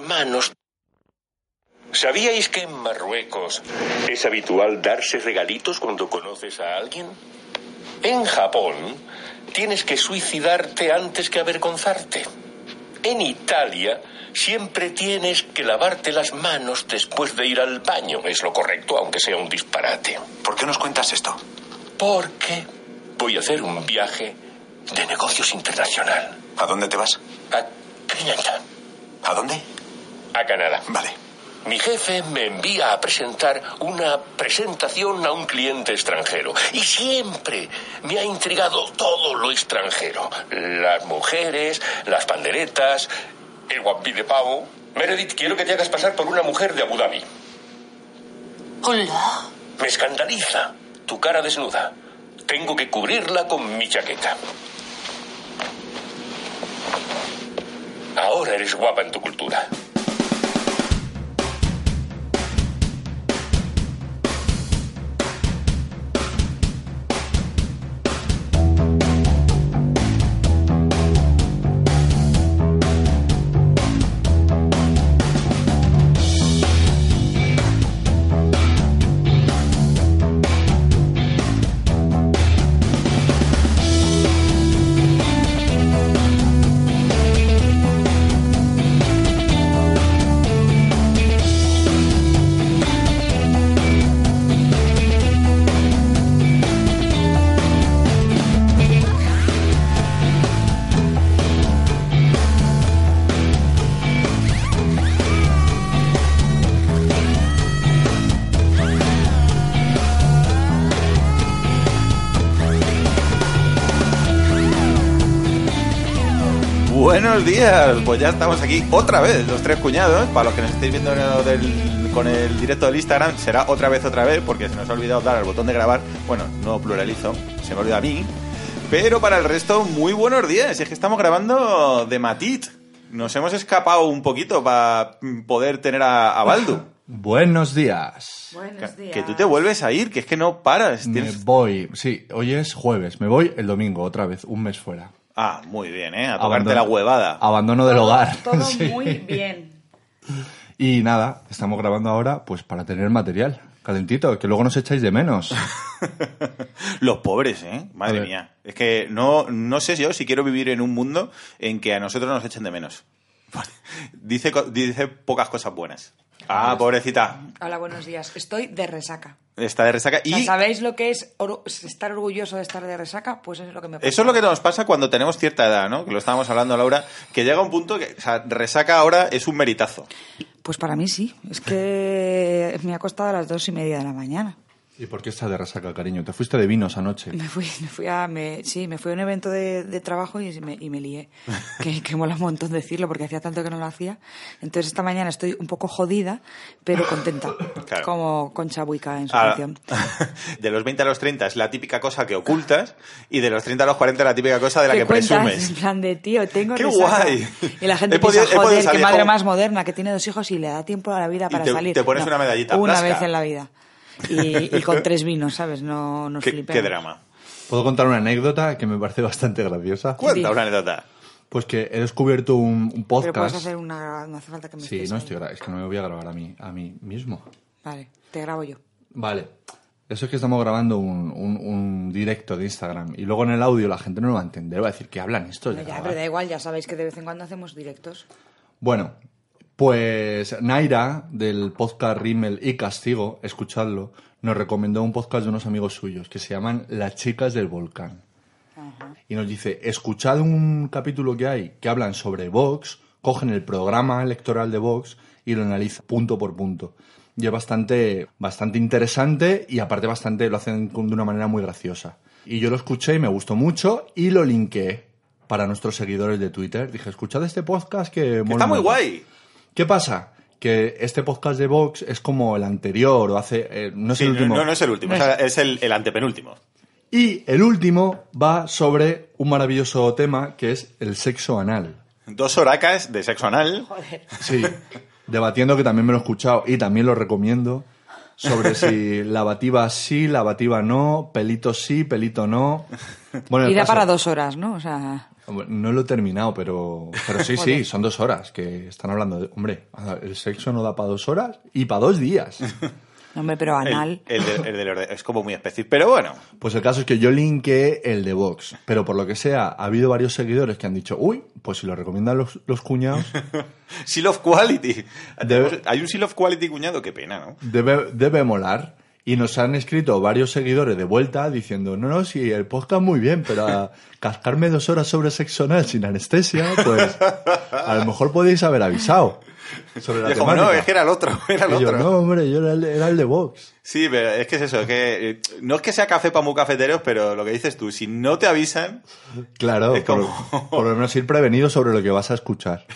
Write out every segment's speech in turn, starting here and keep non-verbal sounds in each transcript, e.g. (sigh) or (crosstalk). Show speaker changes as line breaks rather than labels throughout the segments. manos. ¿Sabíais que en Marruecos es habitual darse regalitos cuando conoces a alguien? En Japón tienes que suicidarte antes que avergonzarte. En Italia siempre tienes que lavarte las manos después de ir al baño. Es lo correcto, aunque sea un disparate.
¿Por qué nos cuentas esto?
Porque voy a hacer un viaje de negocios internacional.
¿A dónde te vas?
A Canadá.
¿A dónde?
A Canadá.
Vale.
Mi jefe me envía a presentar una presentación a un cliente extranjero y siempre me ha intrigado todo lo extranjero. Las mujeres, las panderetas, el guapí de pavo. Meredith, quiero que te hagas pasar por una mujer de Abu Dhabi.
Hola.
Me escandaliza tu cara desnuda. Tengo que cubrirla con mi chaqueta. Ahora eres guapa en tu cultura.
Buenos días, pues ya estamos aquí otra vez, los tres cuñados. Para los que nos estéis viendo en el- del- con el directo del Instagram, será otra vez, otra vez, porque se nos ha olvidado dar al botón de grabar. Bueno, no pluralizo, se me olvida a mí. Pero para el resto, muy buenos días. Y es que estamos grabando de Matit. Nos hemos escapado un poquito para poder tener a, a
(laughs)
Baldu.
Buenos días.
Que,
Buenos días.
que tú te vuelves a ir, que es que no paras.
Me
tienes-
voy, sí, hoy es jueves, me voy el domingo otra vez, un mes fuera.
Ah, muy bien, ¿eh? A tocarte
Abandono-
la huevada.
Abandono del
Todo-
hogar. (laughs)
Todo
Sí.
muy bien.
Y nada, estamos grabando ahora pues para tener material calentito, que luego nos echáis
(laughs)
de menos.
Los pobres, ¿eh?
A
Madre
ver.
mía. Es que no, no sé yo si quiero vivir en un mundo en que a nosotros nos echen de menos. (laughs) dice, co- dice pocas cosas buenas. Ah, pobrecita.
Hola, buenos días. Estoy de resaca.
Está de resaca.
O sea,
Y
¿Sabéis lo que es oru- estar orgulloso de estar de resaca? Pues eso es lo que me pasa.
eso es lo que nos pasa cuando tenemos cierta edad, ¿no? Que lo estábamos hablando, Laura. Que llega un punto que o sea, resaca ahora es un meritazo.
Pues para mí sí. Es que me ha costado a las dos y media de la mañana.
¿Y por qué estás de resaca, cariño? Te fuiste de vinos anoche.
Me fui, me fui a... me- sí, me fui a un evento de, de trabajo y me, y
(laughs)
me lié. Que, que mola un montón decirlo porque hacía tanto que no lo hacía. Entonces esta mañana estoy un poco jodida, pero contenta.
Claro.
Como Concha Buica en su
Ah, (laughs)
canción.
de los 20 a los 30 es la típica cosa que ocultas y de los 30 a los 40 la típica cosa de la
¿Qué
que
cuentas? En
presumes.
plan de tío, tengo
¡Qué
resaca".
guay!
Y la gente
He podido- he
piensa,
podido
joder, qué
salir
madre
con-
más moderna, que tiene dos hijos y le da tiempo a la vida
Y
para
te-
salir.
te pones una medallita,
Una
plasca.
vez en la vida. Y, y con tres vinos, ¿sabes? No, no
Qué,
flipemos.
qué drama.
¿Puedo contar una anécdota que me parece bastante graciosa?
Cuenta
Sí.
una anécdota.
Pues que he descubierto un, un
Pero puedes
podcast.
hacer una... No hace falta que me
Sí,
estés
no
ahí.
estoy gra- es que no me voy a grabar a mí, a mí mismo.
Vale, te grabo yo.
Vale. Eso es que estamos grabando un, un- un directo de Instagram y luego en el audio la gente no lo va a entender, va a decir que hablan esto.
Bueno, ya, pero da igual, ya sabéis que de vez en cuando hacemos directos.
Bueno, pues Naira del podcast Rimmel y Castigo, escuchadlo, nos recomendó un podcast de unos amigos suyos que se llaman Las chicas del volcán. Y nos dice, escuchad un capítulo que hay que hablan sobre Vox, cogen el programa electoral de Vox y lo analizan punto por punto. Y es bastante, bastante interesante y aparte bastante lo hacen con- de una manera muy graciosa. Y yo lo escuché y me gustó mucho y lo linké para nuestros seguidores de Twitter. Dije, escuchad este podcast que...
Que
mola
está muy
mucho".
guay.
¿Qué pasa? Que este podcast de Vox es como el anterior o hace... eh, no es
Sí,
el último.
No, no es el último, o sea, es el, el antepenúltimo.
Y el último va sobre un maravilloso tema que es el sexo anal.
Dos horacas de sexo anal.
Joder.
Sí, debatiendo que también me lo he escuchado y también lo recomiendo sobre si la bativa sí, la bativa no, pelito sí, pelito no. Bueno, el
Y da
caso-
para dos horas, ¿no? O sea...
Hombre, No lo he terminado, pero, pero sí, sí, son dos horas que están hablando de... Hombre, el sexo no da para dos horas y para dos días.
No, Hombre, pero anal.
El, de- el del orden- es como muy específico. Pero bueno,
Pues el caso es que yo linké el de Vox, pero por lo que sea, ha habido varios seguidores que han dicho, uy, pues si lo recomiendan los, los cuñados,
Seal of Quality.
Debe-
Hay un Seal of Quality, cuñado, qué pena, ¿no?
debe, debe molar. Y nos han escrito varios seguidores de vuelta diciendo, no, no, sí, el podcast muy bien, pero a (laughs) cascarme dos horas sobre sexo anal sin anestesia, pues a lo mejor podéis haber avisado sobre la
Y es como, no,
temática".
es que era el otro, (laughs) era el
Y yo,
otro.
no, hombre, yo era el, era el de Vox.
Sí, pero es que es eso, es que eh, no es que sea café para muy cafeteros, pero lo que dices tú, si no te avisan,
Claro,
Es como-
por, por lo menos ir prevenido sobre lo que vas
(laughs)
a escuchar.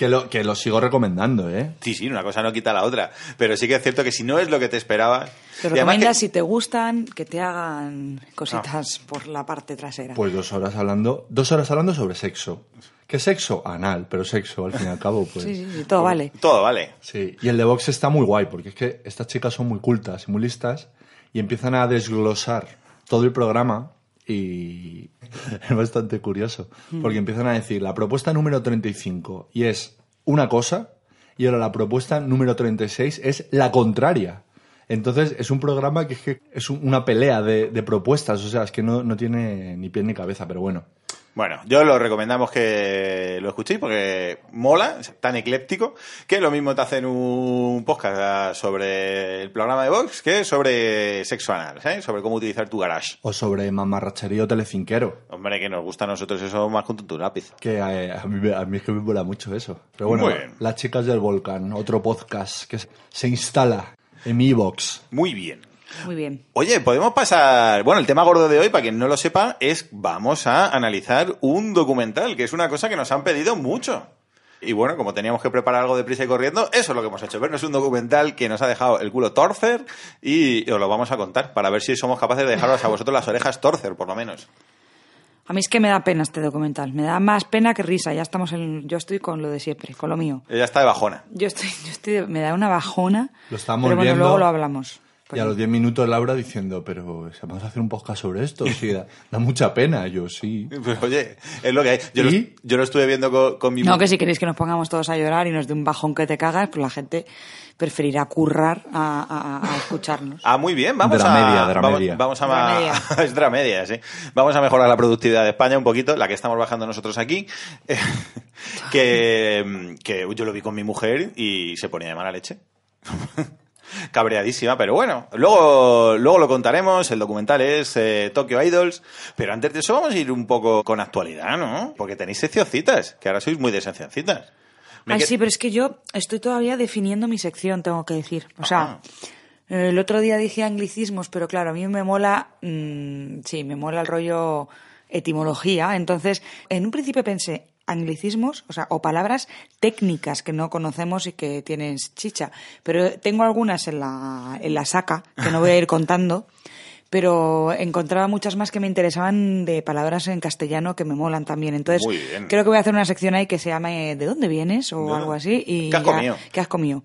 que, lo, que lo sigo recomendando, ¿eh?
sí, sí, una cosa no quita la otra. Pero sí que es cierto que si no es lo que te esperabas. y además que- Ah.
Te recomiendas si te gustan que te hagan cositas por la parte trasera.
Pues dos horas hablando, dos horas hablando sobre sexo. ¿Qué sexo? Anal, pero sexo, al fin y al cabo, pues.
sí, sí, sí, todo vale.
Todo vale.
Sí, y el de Vox está muy guay, porque es que estas chicas son muy cultas y muy listas y empiezan a desglosar todo el programa y (laughs) es bastante curioso, porque empiezan a decir la propuesta número 35 y es una cosa y ahora la propuesta número 36 es la contraria. Entonces es un programa que es, que es un- una pelea de, de propuestas, o sea, es que no, no tiene ni pie ni cabeza, pero bueno.
Bueno, yo lo recomendamos que lo escuchéis porque mola, es tan ecléptico, que lo mismo te hacen un podcast sobre el programa de Vox que sobre sexo anal, ¿sabes? sobre cómo utilizar tu garage.
O sobre mamarracherío telecinquero,
Hombre, que nos gusta a nosotros eso más con tu lápiz.
Que eh, a, mí, me- a mí es que me mola mucho eso. Pero bueno,
Muy bien.
Las Chicas del Volcán, otro podcast que se- se instala en mi box.
Muy bien.
Muy bien.
Oye, podemos pasar. Bueno, el tema gordo de hoy, para quien no lo sepa, es vamos a analizar un documental, que es una cosa que nos han pedido mucho. Y bueno, como teníamos que preparar algo deprisa y corriendo, eso es lo que hemos hecho. Vernos un documental que nos ha dejado el culo torcer y os lo vamos a contar para ver si somos capaces de dejaros a vosotros las orejas torcer, por lo menos.
A mí es que me da pena este documental. Me da más pena que risa. Ya estamos en. Yo estoy con lo de siempre, con lo mío.
Ella está de bajona. (laughs)
Yo estoy. Yo estoy me da una bajona.
Lo estamos
Pero bueno,
viendo.
luego lo hablamos.
y a los 10 minutos Laura diciendo, pero ¿se vamos a hacer un podcast sobre esto? Sí, da, da mucha pena. Yo sí.
Pues, oye, es lo que hay. Yo, lo,
¿Y?
yo lo estuve viendo con, con mi
No,
mu-
que si queréis que nos pongamos todos a llorar y nos dé un bajón que te cagas, pues la gente preferirá currar a, a- a escucharnos.
Ah, muy bien, vamos
Dramedia,
a
dramedia.
vamos, vamos a ma- (laughs)
Dramedia.
es dramedia, sí. Vamos a mejorar la productividad de España un poquito, la que estamos bajando nosotros aquí, (laughs) eh, que, que yo lo vi con mi mujer y se ponía de mala leche. (laughs) Cabreadísima, pero bueno, luego, luego lo contaremos, el documental es eh, Tokyo Idols, pero antes de eso vamos a ir un poco con actualidad, ¿no? Porque tenéis seccioncitas, que ahora sois muy de seccioncitas. Me
Ay,
que-
sí, pero es que yo estoy todavía definiendo mi sección, tengo que decir. O
Ah.
sea, eh, el otro día dije anglicismos, pero claro, a mí me mola, mm, sí, me mola el rollo etimología. Entonces, en un principio pensé anglicismos, o sea, o palabras técnicas que no conocemos y que tienen chicha. Pero tengo algunas en la, en la saca que no voy a ir contando. Pero encontraba muchas más que me interesaban de palabras en castellano que me molan también. Entonces,
Muy bien.
creo que voy a hacer una sección ahí que se llame ¿De dónde vienes? o
No.
algo así. Y
¿Qué has
ya-
comido?
¿Qué
(laughs)
has comido?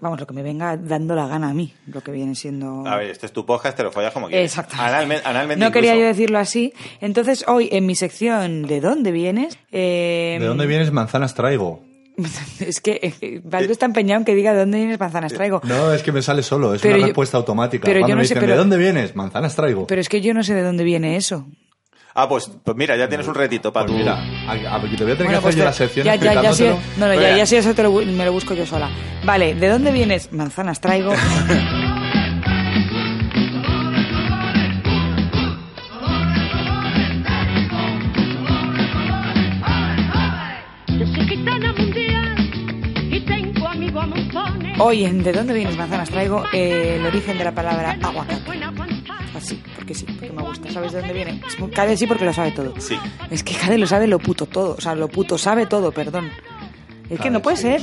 Vamos, lo que me venga dando la gana a mí, lo que viene siendo...
A ver, este es tu podcast, te lo follas como quieras.
(laughs) Exactamente.
Analme- analmente
no quería
incluso.
yo decirlo así. Entonces, hoy en mi sección ¿De dónde vienes? Eh,
¿De dónde vienes? Manzanas traigo.
(laughs) Es que eh, Valdo está empeñado en que diga ¿De dónde vienes? Manzanas traigo.
Eh, No, es que me sale solo. Es
Pero
una
yo-
respuesta automática.
pero yo
Cuando
no
me
sé,
dicen,
pero-
¿de dónde vienes? Manzanas traigo.
Pero es que yo no sé de dónde viene eso.
Ah, pues, pues mira, ya tienes un retito para
Pues
tu.
mira, a- a- te voy a tener que
Bueno,
hacer
pues
yo
te-
la sección
ya, ya, ya, sí,
explicándotelo.
no, no, ya,
Espera.
ya sí, eso te lo bu- me lo busco yo sola. Vale, ¿de dónde vienes?
(laughs)
Manzanas traigo.
Yo soy gitana mundial y tengo amigos a montones.
Hoy en ¿De dónde vienes? Manzanas traigo eh, el origen de la palabra
aguacate.
aguacate. Así, porque sí, porque me gusta. ¿Sabes de dónde viene? Es muy- Cade sí porque lo sabe todo.
Sí.
Es que Cade lo sabe lo puto todo. O sea, lo puto sabe todo, perdón. Es que
Cade,
no puede
sí.
ser.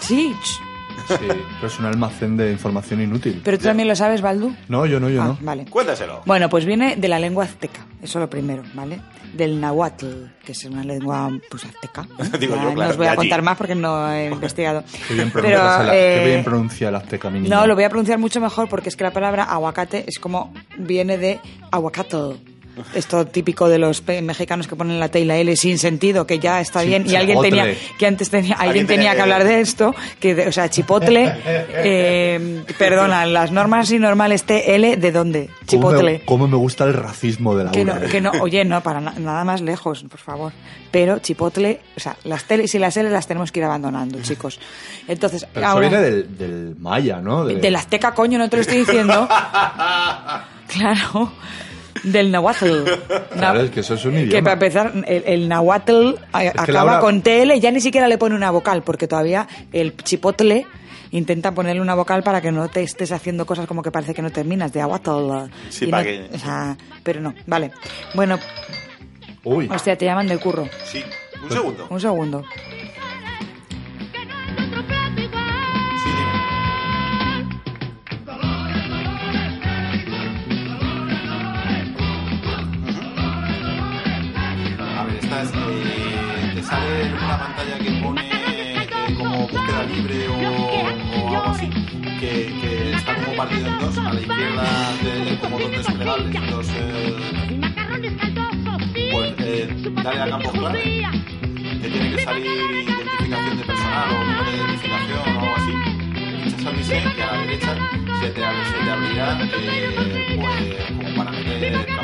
Sí, ch.
Sí, pero es un almacén de información inútil.
pero tú también lo sabes, Baldu.
No, yo no, yo
Ah,
no.
Vale.
Cuéntaselo.
Bueno, pues viene de la lengua azteca, eso lo primero, ¿vale? Del nahuatl, que es una lengua
(laughs)
pues, azteca.
Digo
Ya
yo,
no
claro,
os voy
de
a
allí.
contar más porque no he investigado.
Qué bien
Pero,
pronuncia la- qué
eh,
bien pronuncia el azteca, mi niña.
No, lo voy a pronunciar mucho mejor porque es que la palabra aguacate es como viene de aguacato. esto típico de los pe- mexicanos que ponen la T y la L sin sentido, que ya está
Sí,
bien, y alguien
chipotle.
tenía que antes tenía, alguien tenía que hablar de esto, que de- o sea, chipotle, eh, perdona, las normas y normales TL, ¿de dónde?
¿Cómo
Chipotle.
me, cómo me gusta el racismo de la
Que no, que no, oye, no, para na- nada más lejos, por favor. Pero Chipotle, o sea, las teles y las L las tenemos que ir abandonando, chicos. Entonces,
Pero eso
ahora-
viene del, del maya, ¿no? De-
del azteca, coño, no te lo estoy
(laughs)
diciendo. claro, del nahuatl.
Claro, es que eso es un
Que
idioma.
para empezar, el, el nahuatl a- acaba
Laura-
con TL, ya ni siquiera le pone una vocal, porque todavía el chipotle intenta ponerle una vocal para que no te estés haciendo cosas como que parece que no terminas, de aguatl.
Sí,
Y
para
no-
que-
o sea, pero no, vale. Bueno,
Uy,
hostia, te llaman del curro.
Sí. Un segundo.
Un segundo.
que no hay otro plato igual.
Sí, dime. A ver, estás. eh, te sale una pantalla que pone eh, como búsqueda libre o, o algo así. Que, que está como partido en dos. A la izquierda, de, como dos desplegables. Dos. eh,
El macarrón escaldoso, sí.
pues eh, dale a campo claro. Te tiene que salir identificación de personal o número de identificación o algo así. Pinchas al diseño y a la derecha se te, abre- se te abrirá eh, pues, como para meter campos.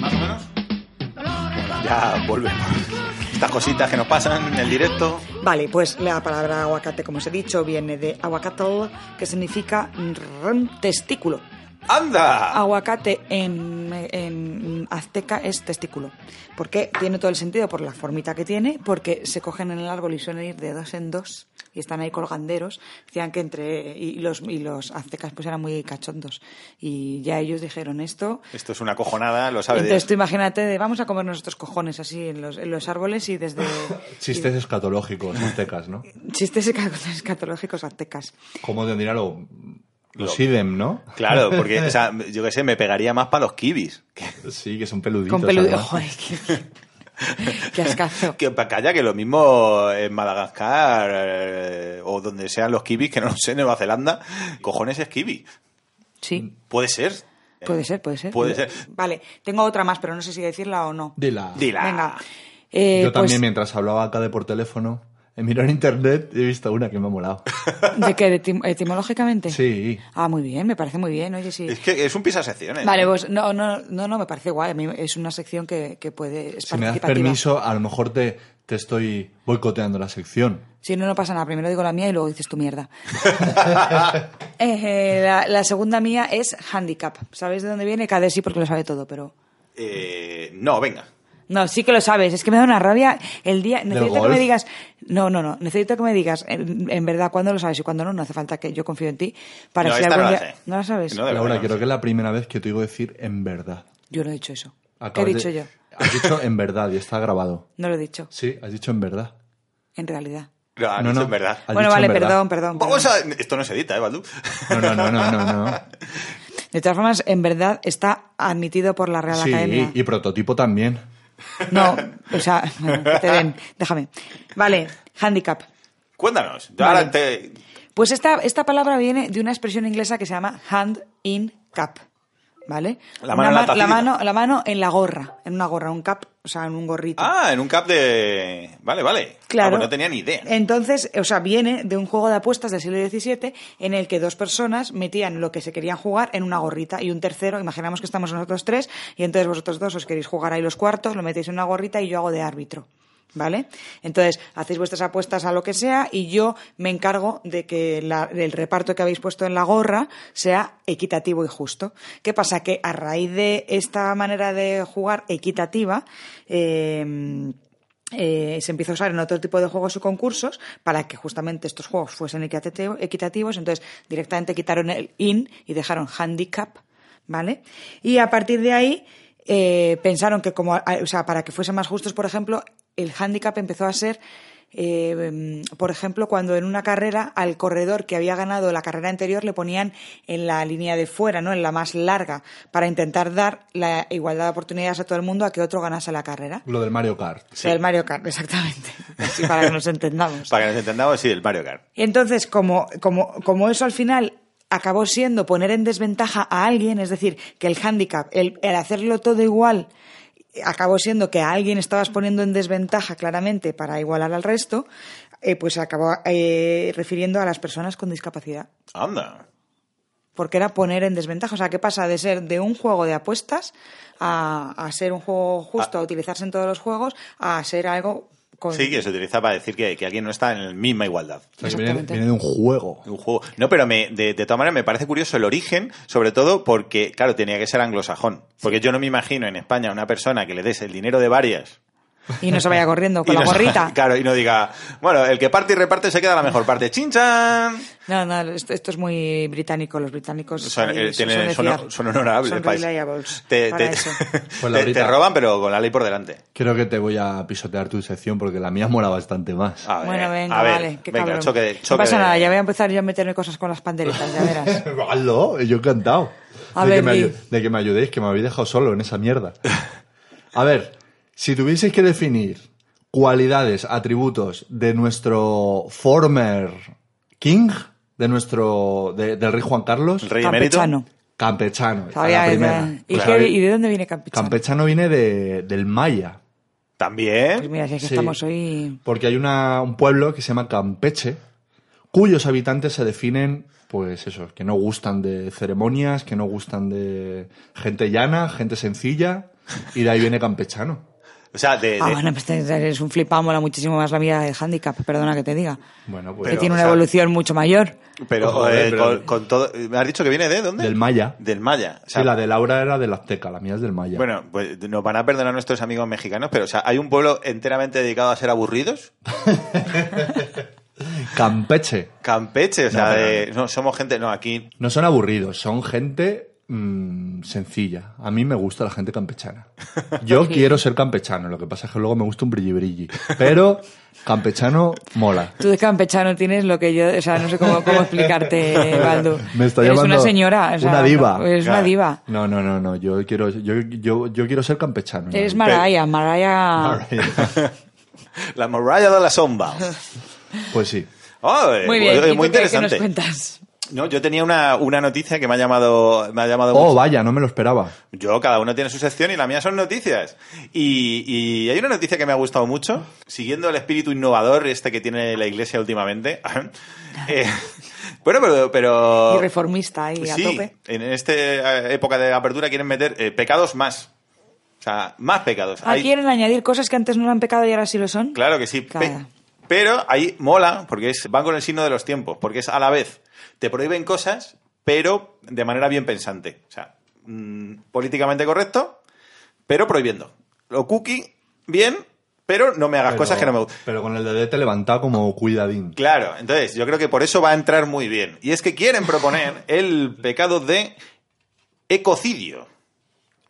¿Más o menos? Ya volvemos. Estas cositas que nos pasan en el directo.
Vale, pues la palabra aguacate, como os he dicho, viene de aguacatl, que significa mm, testículo.
¡Anda!
Aguacate en, en azteca es testículo. porque Tiene todo el sentido por la formita que tiene, porque se cogen en el árbol y suelen ir de dos en dos y están ahí colganderos. Decían que entre. Y los, y los aztecas pues eran muy cachondos. Y ya ellos dijeron esto.
Esto es una cojonada, lo sabe
Entonces tú imagínate, de, vamos a comer nuestros cojones así en los, en los árboles y desde.
(laughs) chistes escatológicos aztecas,
(laughs)
¿no?
Chistes escatológicos aztecas.
Como tendría lo, los
Lo-
idem, ¿no?
Claro,
(laughs)
porque, o sea, yo qué sé, me pegaría más para los kibis.
Sí, que son peluditos.
Con peludo. (laughs)
además.
Joder, qué, qué ascazo.
(laughs) Que para calla, que lo mismo en Madagascar eh, o donde sean los kibis, que no lo sé, Nueva Zelanda, cojones es kiwi.
Sí,
Puede ser.
¿Eh?
puede ser, puede ser.
Puede ser.
Vale, tengo otra más, pero no sé si decirla o no.
De la...
Dila.
Venga. Eh,
Yo
pues,
también, mientras hablaba acá de por teléfono, he mirado en internet y he visto una que me ha molado.
¿De qué? ¿De etim- ¿Etimológicamente?
Sí.
Ah, muy bien, me parece muy bien. Oye, sí.
Es que es un ¿eh? pisasecciones.
Vale, pues no, no, no, no, me parece guay. A mí es una sección que, que puede. Es
Si me das
participativa.
permiso, a lo mejor te, te estoy boicoteando la sección.
Si no, no pasa nada. Primero digo la mía y luego dices tu mierda. Eh, la, la segunda mía es handicap. ¿Sabéis de dónde viene? Cada sí porque lo sabe todo, pero...
(laughs) Eh, no, venga.
No, sí que lo sabes. Es que me da una rabia el día... Necesito que
golf?
me digas... No, no, no. Necesito que me digas en, en verdad cuándo lo sabes y cuándo no. No hace falta que yo confío en ti para
No,
si
esta no
algún
la
día-
sé.
¿No la sabes?
No, de
Laura,
verdad,
creo
sí.
que es la primera vez que te digo decir en verdad.
Yo no he dicho eso. ¿Qué he
Acabas de-
dicho yo?
Has dicho en verdad y está grabado.
No lo he dicho.
Sí, has dicho en verdad.
En realidad.
No, no,
No, no.
es verdad.
Has
Bueno,
dicho
vale,
en verdad.
perdón, perdón.
Vamos
perdón.
a... Esto no se edita, ¿eh, Baldu?
No, no, no, no, no. no.
De todas formas, en verdad está admitido por (laughs) la Real
Sí,
Academia.
y prototipo también.
No, o sea, (laughs) bueno, que te den. Déjame. Vale, handicap.
(laughs) Cuéntanos. Yo ahora
Vale.
te-
Pues esta, esta palabra viene de una expresión inglesa que se llama hand in cap. ¿Vale?
La
Una
mano en la tacita.
mano, la mano en la gorra, en una gorra, un cap, o sea, en un gorrito.
Ah, en un cap de... Vale, vale.
Claro.
Ah, pues no tenía ni idea.
Entonces, o sea, viene de un juego de apuestas del siglo XVII en el que dos personas metían lo que se querían jugar en una gorrita y un tercero, imaginamos que estamos nosotros tres, y entonces vosotros dos os queréis jugar ahí los cuartos, lo metéis en una gorrita y yo hago de árbitro. ¿Vale? Entonces, hacéis vuestras apuestas a lo que sea y yo me encargo de que la- el reparto que habéis puesto en la gorra sea equitativo y justo. ¿Qué pasa? Que a raíz de esta manera de jugar equitativa, eh, eh, se empieza a usar en otro tipo de juegos y concursos para que justamente estos juegos fuesen equitativo- equitativos. Entonces, directamente quitaron el in y dejaron handicap, ¿vale? Y a partir de ahí eh, pensaron que, como, o sea, para que fuesen más justos, por ejemplo, el handicap empezó a ser. eh, em, por ejemplo, cuando en una carrera al corredor que había ganado la carrera anterior le ponían en la línea de fuera, ¿no? En la más larga, para intentar dar la igualdad de oportunidades a todo el mundo a que otro ganase la carrera.
Lo del Mario Kart.
El Mario Kart, exactamente. (laughs) Así para que nos entendamos.
Para que nos entendamos, sí, el Mario Kart.
Entonces, como, como, como eso al final acabó siendo poner en desventaja a alguien, es decir, que el hándicap, el, el hacerlo todo igual, acabó siendo que a alguien estabas poniendo en desventaja claramente para igualar al resto, eh, pues acabó eh, refiriendo a las personas con discapacidad.
Anda.
Porque era poner en desventaja. O sea, ¿qué pasa de ser de un juego de apuestas a, a ser un juego justo, a utilizarse en todos los juegos, a ser algo con...
Sí, que se utiliza para decir que, que alguien no está en la misma igualdad.
O sea, que viene,
Exactamente.
viene de un juego.
Un juego. No, pero me, de, de todas maneras me parece curioso el origen, sobre todo porque, claro, tenía que ser anglosajón. Porque yo no me imagino en España una persona que le des el dinero de varias.
Y no se vaya
(laughs)
corriendo con
y
la
no-
gorrita.
Claro, y no diga, bueno, el que parte y reparte se queda la mejor parte. ¡Chinchan!
No, no, esto, esto es muy británico. Los británicos
Son,
ahí
eh, tienen-
de
son,
fiar.
son honorables.
Son
país.
reliables
Te,
para
te-
eso.
Pues la
te- te
brita.
roban, pero con la ley por delante.
Creo que te voy a pisotear tu sección porque la mía mola bastante
(laughs)
más.
A ver,
Bueno, venga,
a ver,
vale. Qué
venga,
cabrón.
choque de-
no
choque
pasa
de-
nada, ya voy a empezar yo a meterme cosas con las panderetas,
(laughs)
ya verás.
(laughs) Hazlo, yo encantado.
A
de,
ver,
que me
Di.
ayu- de que me ayudéis, que me habéis dejado solo en esa mierda. A ver, si tuvieseis que definir cualidades, atributos de nuestro former king, de nuestro, de- del rey Juan Carlos,
El rey emérito.
Campechano.
campechano. a
Sabía
la
que-
primera.
¿Y,
Claro.
qué- y de dónde viene Campechano?
Campechano viene de, del maya.
Pues
También.
mira, si es que
Sí.
estamos hoy...
Porque hay una- un pueblo que se llama Campeche, cuyos habitantes se definen, pues eso, que no gustan de ceremonias, que no gustan de gente llana, gente sencilla, y de ahí viene campechano.
O sea, de, Eh, de-
Ah, bueno, pues es un flipado, mola muchísimo más la vida de handicap, perdona que te diga.
Bueno,
que
pues
Pero,
tiene
o
una
sea-
evolución mucho mayor.
pero,
Joder,
eh,
pero-
con, con todo. ¿Me has dicho que viene de dónde?
del maya.
Del Maya. O sea,
Sí, la de Laura era del azteca, la mía es del maya.
Bueno, pues nos van a perdonar nuestros amigos mexicanos, pero o sea, hay un pueblo enteramente dedicado a ser aburridos.
Campeche.
Campeche, o sea,
pero-
de- no, somos gente, no, aquí (laughs)
No son aburridos, son gente mm, sencilla. A mí me gusta la gente campechana.
(laughs)
Yo quiero ser campechano, lo que pasa es que luego me gusta un brilli brilli. Pero campechano mola.
Tú de campechano tienes lo que yo, o sea, no sé cómo, cómo
(laughs)
explicarte, Baldu.
Me está
Eres
llamando
una señora, o sea,
una diva.
no, eres
Claro.
una diva.
No, no, no, no. Yo quiero, yo, yo, yo quiero ser campechano. ¿no?
Eres Maraya, Maraya.
la muralla de la sombra. (laughs)
Pues sí.
Oh, eh,
Muy bien, ¿y tú
muy
qué- qué nos
interesante.
cuentas?
No, yo tenía una, una noticia que me ha llamado, me ha llamado
Oh,
mucho.
vaya, no me lo esperaba.
Yo, cada uno tiene su sección y la mía son noticias. Y, y hay una noticia que me ha gustado mucho, siguiendo el espíritu innovador este que tiene la iglesia últimamente. (laughs) Eh, (laughs) bueno, pero... pero
Y reformista y
Oh.
a
Pues sí,
tope.
en esta eh, época de apertura quieren meter eh, pecados más. O sea, más pecados.
Ah,
Hay-
quieren añadir cosas que antes no eran pecado y ahora sí lo son.
Claro que sí.
Claro.
pe- pero ahí mola, porque es, van con el signo de los tiempos, porque es a la vez, te prohíben cosas, pero de manera bien pensante. O sea, mm, políticamente correcto, pero prohibiendo. Lo cookie, bien, pero no me hagas cosas que no me gustan.
Pero con el dedete levantado como cuidadín.
Claro, entonces yo creo que por eso va a entrar muy bien. Y es que quieren proponer el pecado de ecocidio.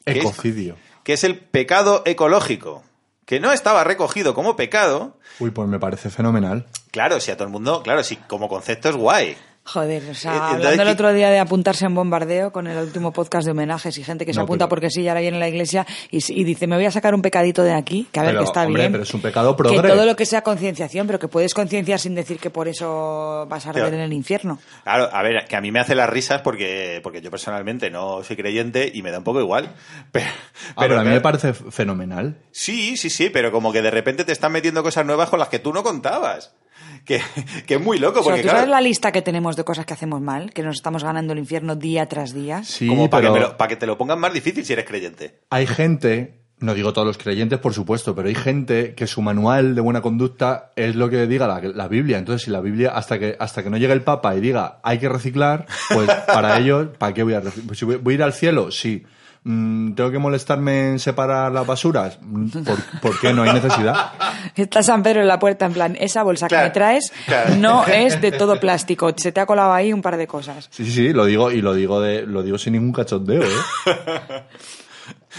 ¿Qué es?
Ecocidio.
que es el pecado ecológico, que no estaba recogido como pecado.
Uy, pues me parece fenomenal.
Claro, si a todo el mundo, claro, si como concepto es guay.
Joder, o
Eh,
sea,
entonces
hablando el
aquí-
otro día de apuntarse en bombardeo con el último podcast de homenajes y gente que se
No,
apunta
pero-
porque sí, y ahora viene a la iglesia y, si- y dice, me voy a sacar un pecadito de aquí, que a ver
Pero,
que está
hombre,
bien.
pero es un pecado
Que
progre.
todo lo que sea concienciación, pero que puedes concienciar sin decir que por eso vas a arder
Pero-
en el infierno.
Claro, a ver, que a mí me hace las risas porque, porque yo personalmente no soy creyente y me da un poco igual. (laughs) Pero,
Ah, pero a mí me
claro,
parece fenomenal.
Sí, sí, sí, pero como que de repente te están metiendo cosas nuevas con las que tú no contabas. (laughs) Que, que es muy loco,
O sea,
porque
¿tú
claro,
sabes la lista que tenemos de cosas que hacemos mal? Que nos estamos ganando el infierno día tras día. (laughs)
Sí,
como para,
pero
que me lo- para que te lo pongan más difícil si eres creyente.
hay gente, no digo todos los creyentes, por supuesto, pero hay gente que su manual de buena conducta es lo que diga la, la Biblia. Entonces, si la Biblia, hasta que, hasta que no llegue el Papa y diga hay que reciclar, pues para ellos, ¿para qué voy a reciclar? voy, voy a ir al cielo? Sí. Mm, ¿Tengo que molestarme en separar las basuras? Mm, ¿Por, por qué? No hay necesidad.
Está San Pedro en la puerta en plan, esa bolsa
Claro,
que me traes
claro. (laughs)
no es de todo plástico, se te ha colado ahí un par de cosas.
Sí, sí, sí, lo digo, y lo digo, de, lo digo sin ningún cachondeo, ¿eh?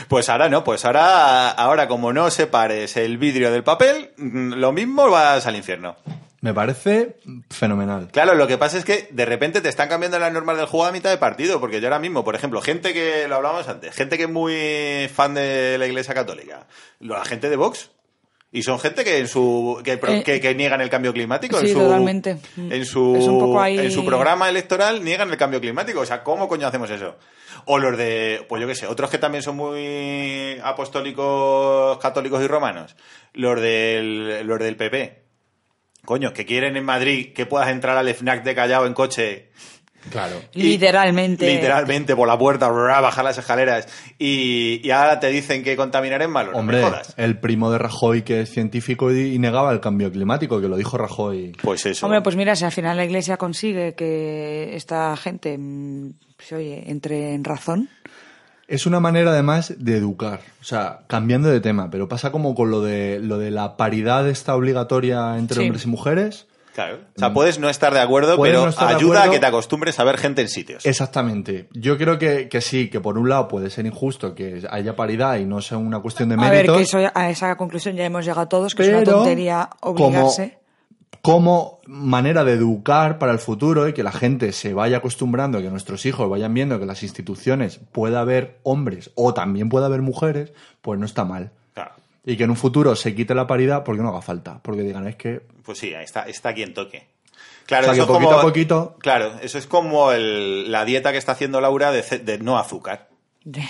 Pues ahora no, pues ahora, ahora como no separes el vidrio del papel, mm, lo mismo vas al infierno.
Me parece fenomenal.
Claro, lo que pasa es que de repente te están cambiando las normas del juego a mitad de partido, porque yo ahora mismo, por ejemplo, gente que, lo hablábamos antes, gente que es muy fan de la Iglesia Católica, lo- la gente de Vox, Y son gente que en su que, pro-
Eh,
que- que niegan el cambio climático
sí,
en su
totalmente.
en su
Es un poco ahí-
en su programa electoral niegan el cambio climático, o sea, ¿cómo coño hacemos eso? O los de pues yo qué sé, otros que también son muy apostólicos, católicos y romanos, los del los del PP. Coño, que quieren en Madrid que puedas entrar al FNAC de Callao en coche
Claro.
y-
Literalmente.
Literalmente, por la puerta, bra, bajar las escaleras. Y, y ahora te dicen que contaminar es malo.
Hombre,
no me jodas.
el primo de Rajoy que es científico y y negaba el cambio climático, que lo dijo Rajoy.
Pues eso.
Hombre, pues mira, si al final la Iglesia consigue que esta gente, mm, pues, oye, entre en razón.
Es una manera además de educar, o sea, cambiando de tema, pero pasa como con lo de lo de la paridad esta obligatoria entre
Sí.
hombres y mujeres.
Claro. O sea, puedes no estar de acuerdo,
Puedes
pero
no estar de
ayuda
acuerdo. Eh.
a que te acostumbres a ver gente en sitios.
Exactamente. Yo creo que, que sí, que por un lado puede ser injusto que haya paridad y no sea una cuestión de
A ver,
méritos.
que eso, a esa conclusión ya hemos llegado todos, que es una
Pero,
tontería
como-
obligarse.
como manera de educar para el futuro y que la gente se vaya acostumbrando, que nuestros hijos vayan viendo que en las instituciones pueda haber hombres o también pueda haber mujeres, pues no está mal.
Claro.
Y que en un futuro se quite la paridad porque no haga falta, porque digan, es que
Pues sí, ahí está, está quien toque. Claro, eso
O sea, que
es
poquito
como-
a poquito.
Claro, eso es como el- la dieta que está haciendo Laura de, ce- de no azúcar.
(laughs)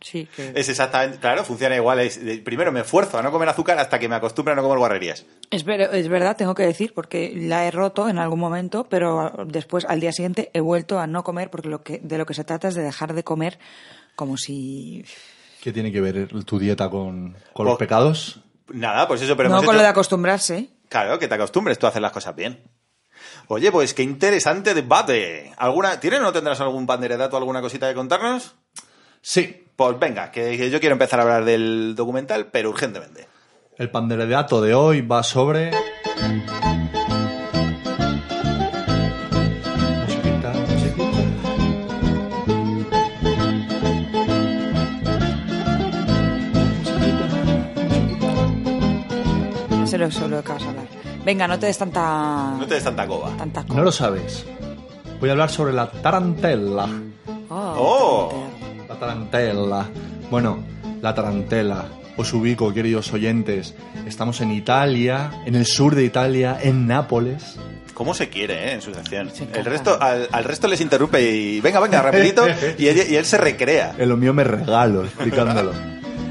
sí, que-
Es exactamente, claro, funciona igual. es de- primero me esfuerzo a no comer azúcar hasta que me acostumbro a no comer guarrerías.
Es, ver- es verdad, tengo que decir, porque la he roto en algún momento, pero después, al día siguiente, he vuelto a no comer, porque lo que, de lo que se trata es de dejar de comer como si...
¿Qué tiene que ver tu dieta con, con
Pues-
los pecados?
Nada, pues eso, pero
no
hemos
con lo
hecho-
de acostumbrarse. ¿eh?
Claro, que te acostumbres tú a hacer las cosas bien. Oye, pues qué interesante debate. ¿Alguna, ¿Tienes o no tendrás algún banderedato, alguna cosita que contarnos?
Sí.
Pues venga, que, que yo quiero empezar a hablar del documental, pero urgentemente.
El panderedato de hoy va sobre... Pues Musiquita, musiquita.
Eso es lo que vas a hablar. Venga, no te des tanta...
No te des tanta coba.
tanta
No lo sabes. Voy a hablar sobre la tarantela.
Oh,
Oh.
La tarantela. Bueno, la tarantela. Os ubico, queridos oyentes. Estamos en Italia, en el sur de Italia, en Nápoles.
¿Cómo se quiere, eh? En su sección.
encanta.
El resto, al, al resto les interrumpe y venga, venga, rapidito. y, él, y él se recrea.
En lo mío me regalo explicándolo.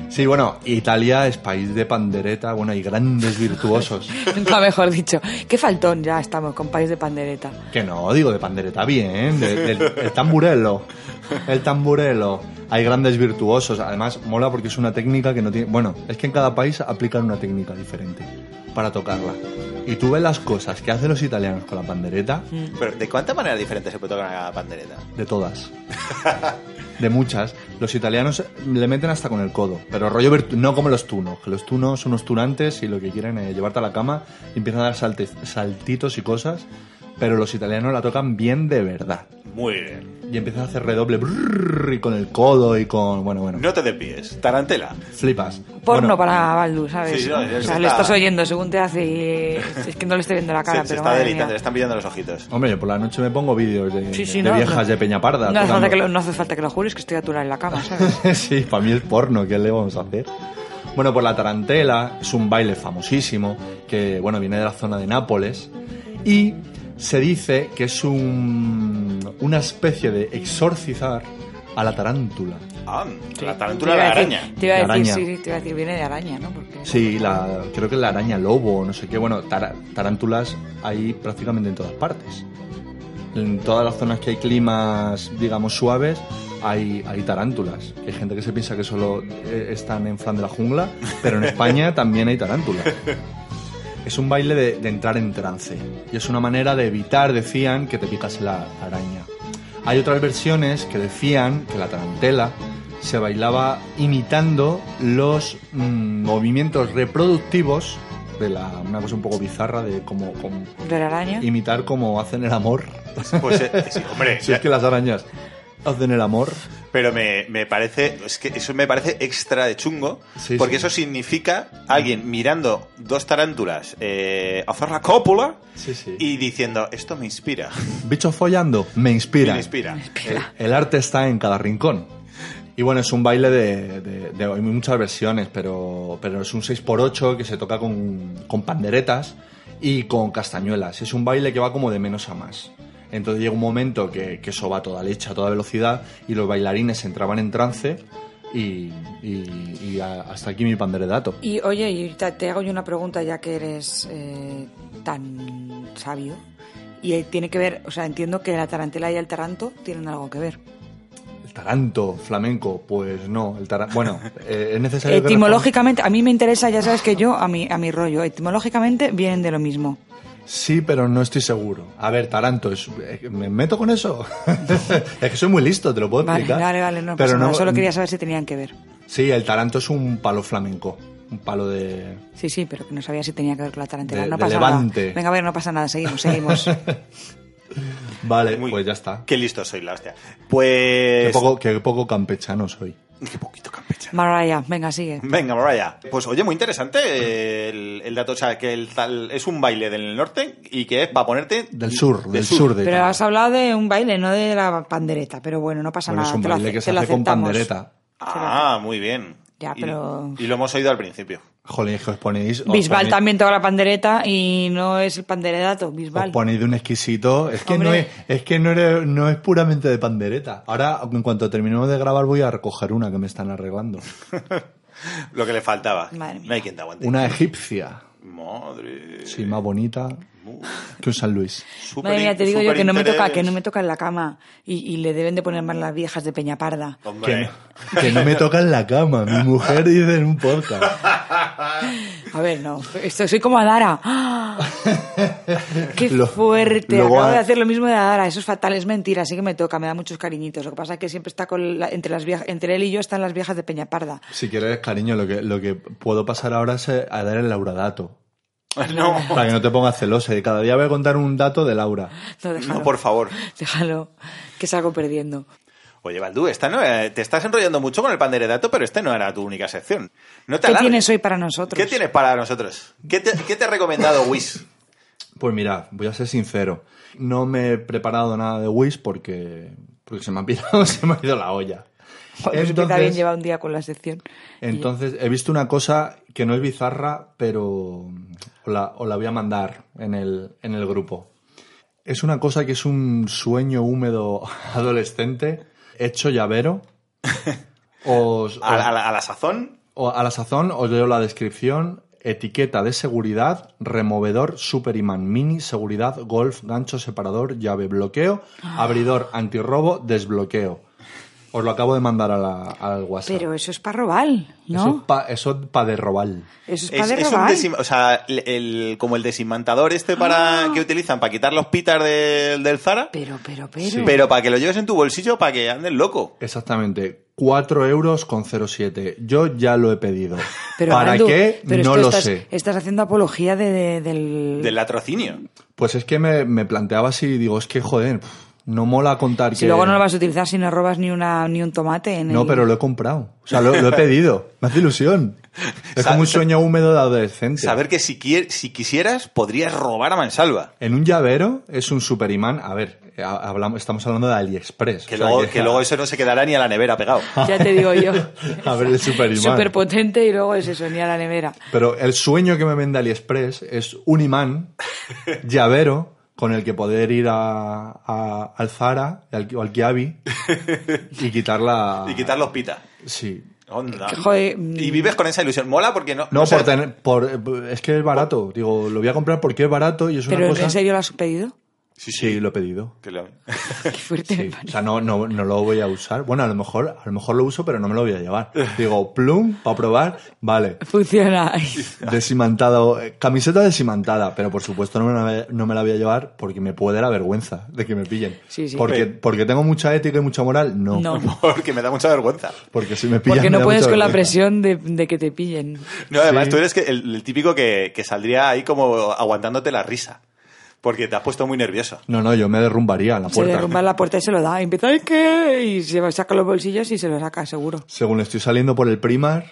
Sí, bueno, Italia es país de pandereta. Bueno, hay grandes virtuosos.
(laughs) Nunca mejor dicho. Qué faltón ya estamos con país de pandereta.
Que no, digo de pandereta bien, de- del el tamburelo. El tamburelo. Hay grandes virtuosos. Además, mola porque es una técnica que no tiene. Bueno, es que en cada país aplican una técnica diferente para tocarla. Y tú ves las cosas que hacen los italianos con la pandereta,
Pero ¿de cuántas maneras diferentes se puede tocar una pandereta?
de todas. (laughs) De muchas. Los italianos le meten hasta con el codo. Pero rollo virtu- no como los tunos, que los tunos son unos tunantes y lo que quieren es llevarte a la cama y empiezan a dar saltes- saltitos y cosas. Pero los italianos la tocan bien de verdad.
Muy bien.
Y empiezas a hacer redoble brrrr, y con el codo y con. Bueno, bueno.
No te desvíes. Tarantela.
Flipas.
Porno
Bueno,
para Baldu, ¿sabes?
Sí, no,
o
eso
sea,
está-
le estás oyendo según te hace y... Es que no le estoy viendo la cara,
se, se
pero
está
madre mía.
delitando, le están pillando los ojitos.
Hombre, yo por la noche me pongo vídeos de,
Sí, sí,
de
no,
viejas
no.
de Peña Parda.
No hace,
tocando.
falta que lo, no hace falta que lo jures, que estoy a tu lado en la cama,
(laughs)
¿sabes?
sí, para mí es porno, ¿qué le vamos a hacer? Bueno, pues la tarantela es un baile famosísimo que, bueno, viene de la zona de Nápoles y se dice que es un, una especie de exorcizar a la tarántula.
Ah, la
Te
tarántula
iba
de la
a decir-
araña.
Te iba a
De
decir,
araña.
sí, sí, te iba a decir, viene de araña, ¿no? Porque-
Sí, la, creo que la araña lobo, no sé qué. Bueno, tara- tarántulas hay prácticamente en todas partes. En todas las zonas que hay climas, digamos, suaves, hay, hay tarántulas. Hay gente que se piensa que solo eh, están en Fran de la Jungla, pero en España también hay tarántulas. Es un baile de, de entrar en trance y es una manera de evitar, decían, que te picase la araña. Hay otras versiones que decían que la tarantela se bailaba imitando los mm, movimientos reproductivos de la, una cosa un poco bizarra de como, como
De la araña.
imitar como hacen el amor.
Pues eh, sí, hombre,
Si es que las arañas hacen el amor.
pero me, me parece, es que eso me parece extra de chungo,
Sí,
porque
sí.
eso significa alguien mirando dos tarántulas eh, hacer la cópula
Sí, sí.
y diciendo esto me inspira,
Bichos follando me
me
inspiran.
inspira. Eh,
El arte está en cada rincón. Y bueno, es un baile de, de- de- hay muchas versiones, pero, pero es un 6x8 que se toca con, con panderetas y con castañuelas. Es un baile que va como de menos a más. Entonces llega un momento que, que eso va a toda leche, a toda velocidad, y los bailarines entraban en trance y, y- y a- hasta aquí mi panderedato.
Y oye, y te, te hago yo una pregunta ya que eres eh, tan sabio. Y eh, tiene que ver, o sea, entiendo que la tarantela y el taranto tienen algo que ver.
El taranto flamenco, pues no, el taranto... Bueno, eh, es necesario... que
Etimológicamente, a mí me interesa, ya sabes que yo, a mi, a mi rollo, etimológicamente vienen de lo mismo.
Sí, pero no estoy seguro. A ver, Taranto, es- eh, ¿me meto con eso? (laughs) es que soy muy listo, te lo puedo
Vale,
explicar. mm,
vale, vale, no, pasa nada, solo quería saber si tenían que ver.
Sí, el Taranto es un palo flamenco, un palo de...
Sí, sí, pero que no sabía si tenía que ver con la tarantela.
De-
no
de
pasa
Levante.
nada. Venga, a ver, no pasa nada,
(laughs)
seguimos, seguimos.
Vale,
Muy-
pues ya está.
Qué listo soy, la hostia. Pues.
Qué poco, qué poco campechano soy.
Qué poquito campechano.
Mariah, venga, sigue.
Venga, Mariah. Pues oye, muy interesante eh, el, el dato. O sea, que el tal- es un baile del norte y que es para ponerte.
Del sur,
de
del sur de
Pero
Italia.
has hablado de un baile, no de la pandereta, pero bueno, no pasa
Bueno,
nada.
es un
te lo
baile
ace-
que se
te lo
hace con
aceptamos.
pandereta.
Ah, muy bien.
Ya,
Y-
pero-
Y, lo hemos oído al principio.
Jolín, que os ponéis... os
Bisbal
ponéis-
también toca la pandereta y no es el panderedato, Bisbal.
Os ponéis de un exquisito. Es que, no
Hombre.
es, es que no, eres- no es puramente de pandereta. Ahora, en cuanto terminemos de grabar, voy a recoger una que me están arreglando.
Lo que le faltaba.
Madre mía.
No hay quien te aguante.
Una egipcia.
Madre.
Sí, más bonita que un San Luis.
Súper
Madre mía, te
in-
digo yo
súper
que no me toca,
interés.
que no me toca en la cama y, y le deben de poner más las viejas de Peñaparda.
Que
Hombre.
no, que no me toca en la cama. Mi mujer dice en un podcast.
A ver, no, esto soy
(laughs)
como Adara. ¡Ah! Qué
Lo-
fuerte.
luego
Acabo
a-
de hacer lo mismo de Adara. Eso es fatal, es mentira. Así que me toca, me da muchos cariñitos. Lo que pasa es que siempre está con la- entre las vieja- entre él y yo están las viejas de Peñaparda.
Si quieres, cariño, lo que, lo que puedo pasar ahora es eh, a dar el Laura dato.
(laughs) No,
(laughs)
Para que no te pongas celosa. Y cada día voy a contar un dato de Laura.
No, déjalo.
no, por favor.
(laughs) Déjalo, que salgo perdiendo.
Oye, Baldú, esta no, eh, te estás enrollando mucho con el panderedato, pero este no era tu única sección. No te
¿Qué
alargues.
tienes hoy para nosotros?
¿Qué tienes para nosotros? ¿Qué te, qué te ha recomendado Wish?
Pues mira, voy a ser sincero. No me he preparado nada de Wish porque, porque se me ha (laughs) pirado, se me ha ido la olla.
Joder, pues empieza bien lleva un día con la sección.
Entonces, he visto una cosa que no es bizarra, pero os la, os la voy a mandar en el, en el grupo. Es una cosa que es un sueño húmedo (laughs) adolescente, hecho llavero. Os,
¿A, la- a la- a la sazón?
o- a la sazón os leo la descripción. Etiqueta de seguridad, removedor, superimán mini, seguridad, golf, gancho, separador, llave, bloqueo, abridor, antirrobo, desbloqueo. Os lo acabo de mandar a la- al WhatsApp.
Pero eso es para robar,
Eso es
¿no?
pa- Eso es pa de robal.
Eso es para
Es,
de
es un
robar.
desim- o sea, el, el- como el desimantador este
Ah.
para que utilizan para quitar los pitas del- del Zara,
Pero, pero, pero.
pero para que lo lleves en tu bolsillo para que andes loco.
Exactamente. 4 euros con 07. Yo ya lo he pedido.
(laughs) Pero,
¿Para
Arnaldo,
qué?
pero
no
esto
lo
estás,
sé.
Estás haciendo apología de, de- del.
Del latrocinio.
Pues es que me, me planteaba así y digo, es que joder, pf, no mola contar
Si
que.
luego no lo vas a utilizar si no robas ni una ni un tomate. En
No,
el-
pero lo he comprado. O sea, lo, lo he
(laughs)
pedido. Me hace ilusión. Es como un sueño húmedo de adolescente.
Saber que si, quier- si quisieras podrías robar a mansalva.
En un llavero es un superimán. A ver, eh, ha- hablamos, estamos hablando de AliExpress.
Que,
O sea, Ah.
luego, que luego eso no se quedará ni a la nevera pegado.
Ya te
(laughs)
digo yo.
A ver, el superimán.
Súper potente y luego es eso, ni a la nevera.
Pero el sueño que me vende AliExpress es un imán
(laughs)
llavero con el que poder ir a, a- al Zara al- o al Kiabi y quitar la...
(laughs) Y quitar los pitas.
Sí.
Onda.
Que, joder, mm.
y vives con esa ilusión. Mola porque no.
No,
o sea,
por tener... Por, es que es barato. Digo, lo voy a comprar porque es barato y es una
Pero
cosa...
¿en serio lo has pedido?
Sí, sí, lo he
(laughs)
pedido.
que lo- (laughs)
Qué fuerte me
Sí. O
parece.
sea, no, no, no lo voy a usar. Bueno, a lo mejor a lo mejor lo uso, pero no me lo voy
(laughs)
a llevar. Digo, plum, para probar, vale.
(laughs) Funciona.
(laughs) Desimantado, eh, camiseta desimantada, pero por supuesto no me, la, no me la voy a llevar porque me puede la vergüenza de que me pillen.
Sí, sí.
Porque,
Pero-
porque tengo mucha ética y mucha moral, no.
No.
porque me da mucha vergüenza.
Porque si me pillan.
Porque
me
no
da
puedes
mucha
con la
vergüenza.
presión de, de que te pillen.
No, además
Sí.
tú eres que el, el típico que, que saldría ahí como aguantándote la risa. Porque te has puesto muy nervioso.
No, no, yo me derrumbaría a la
Se
puerta.
derrumba la puerta y se lo da. Y empieza, "Ay, qué? Y se va, saca los bolsillos y se lo saca, seguro.
(laughs) Según estoy saliendo por el primar,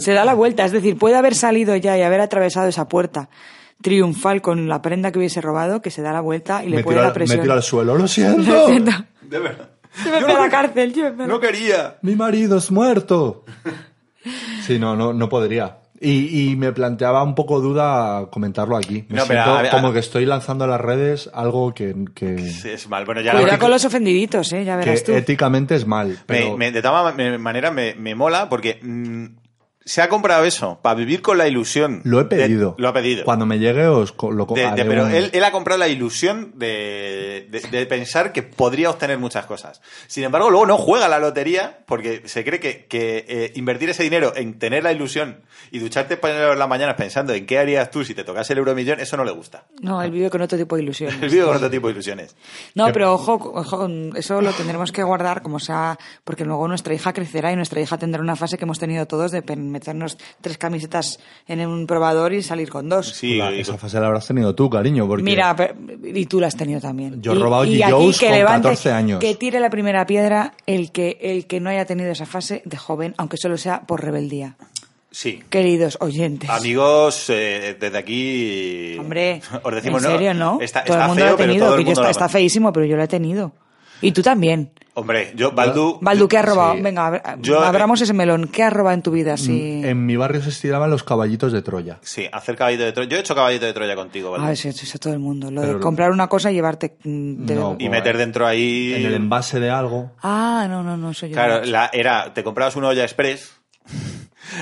Se da la vuelta, es decir, puede haber salido ya y haber atravesado esa puerta triunfal con la prenda que hubiese robado, que se da la vuelta y le
me
pone
tiro,
la
al, me
presión.
tiro al suelo. ¡Lo
(laughs)
(laughs)
Lo
siento!
siento.
De verdad.
Yo me fui a la cárcel, yo me fui a la
No quería.
¡Mi marido es muerto! Sí, no, no, no podría. Y, y me planteaba un poco duda comentarlo aquí. Me
No, pero
siento
a ver, a
como
ver.
que estoy lanzando a las redes algo que, que,
Sí, es mal. Bueno, ya
Cuidado
la
con los ofendiditos, ¿eh? ya
que
verás tú.
éticamente es mal.
Me-
Pero
me- de todas ma- maneras me, me mola porque mm, se ha comprado eso para vivir con la ilusión.
lo he
de-
pedido.
lo ha pedido.
Cuando me llegue os co- lo co-
De- de-
haré
pero
un-
él, él ha comprado la ilusión de, de- de pensar que podría obtener muchas cosas. Sin embargo, luego no juega la lotería porque se cree que, que, eh, invertir ese dinero en tener la ilusión y ducharte por la mañana pensando en qué harías tú si te tocase el euromillón, eso no le
(laughs)
gusta.
No, él vive con otro tipo de ilusiones.
El vídeo con otro tipo de ilusiones.
No, pero ojo, ojo, con- eso lo tendremos que guardar como sea, porque luego nuestra hija crecerá y nuestra hija tendrá una fase que hemos tenido todos de pen- meternos tres camisetas en un probador y salir con dos.
Sí,
La-
y-
esa fase la habrás tenido tú, cariño. Porque
Mira, pero- y tú la has tenido también.
Yo he
Y-
robado
y aquí
G.Joes
que
con
levante-
14 años.
Que tire la primera piedra el que, el que no haya tenido esa fase de joven, aunque solo sea por rebeldía.
sí.
Queridos oyentes.
Amigos, eh, desde aquí.
Hombre,
os decimos,
en serio, ¿no?
Está,
todo
está
el mundo
feo,
lo ha
pero
tenido,
todo el
que yo
mundo
está,
lo-
está feísimo, pero yo lo he tenido. Y tú también.
Hombre, yo, Baldu.
Baldu, ¿qué has robado?
Sí.
Venga, abra-
Yo- eh, mm, em,
abramos ese melón. ¿Qué has robado en tu vida? Si...
en mi barrio se estiraban los caballitos de Troya.
Sí, hacer caballito de Troya. Yo he hecho caballito de Troya contigo, Baldu.
A ver, si eso es todo el mundo. Lo
Pero
de
lo-
comprar una cosa y llevarte... mm, de-
No.
y meter dentro ahí.
En el envase de algo.
Ah, no, no, no, soy yo.
Claro, la, era, te comprabas una olla express.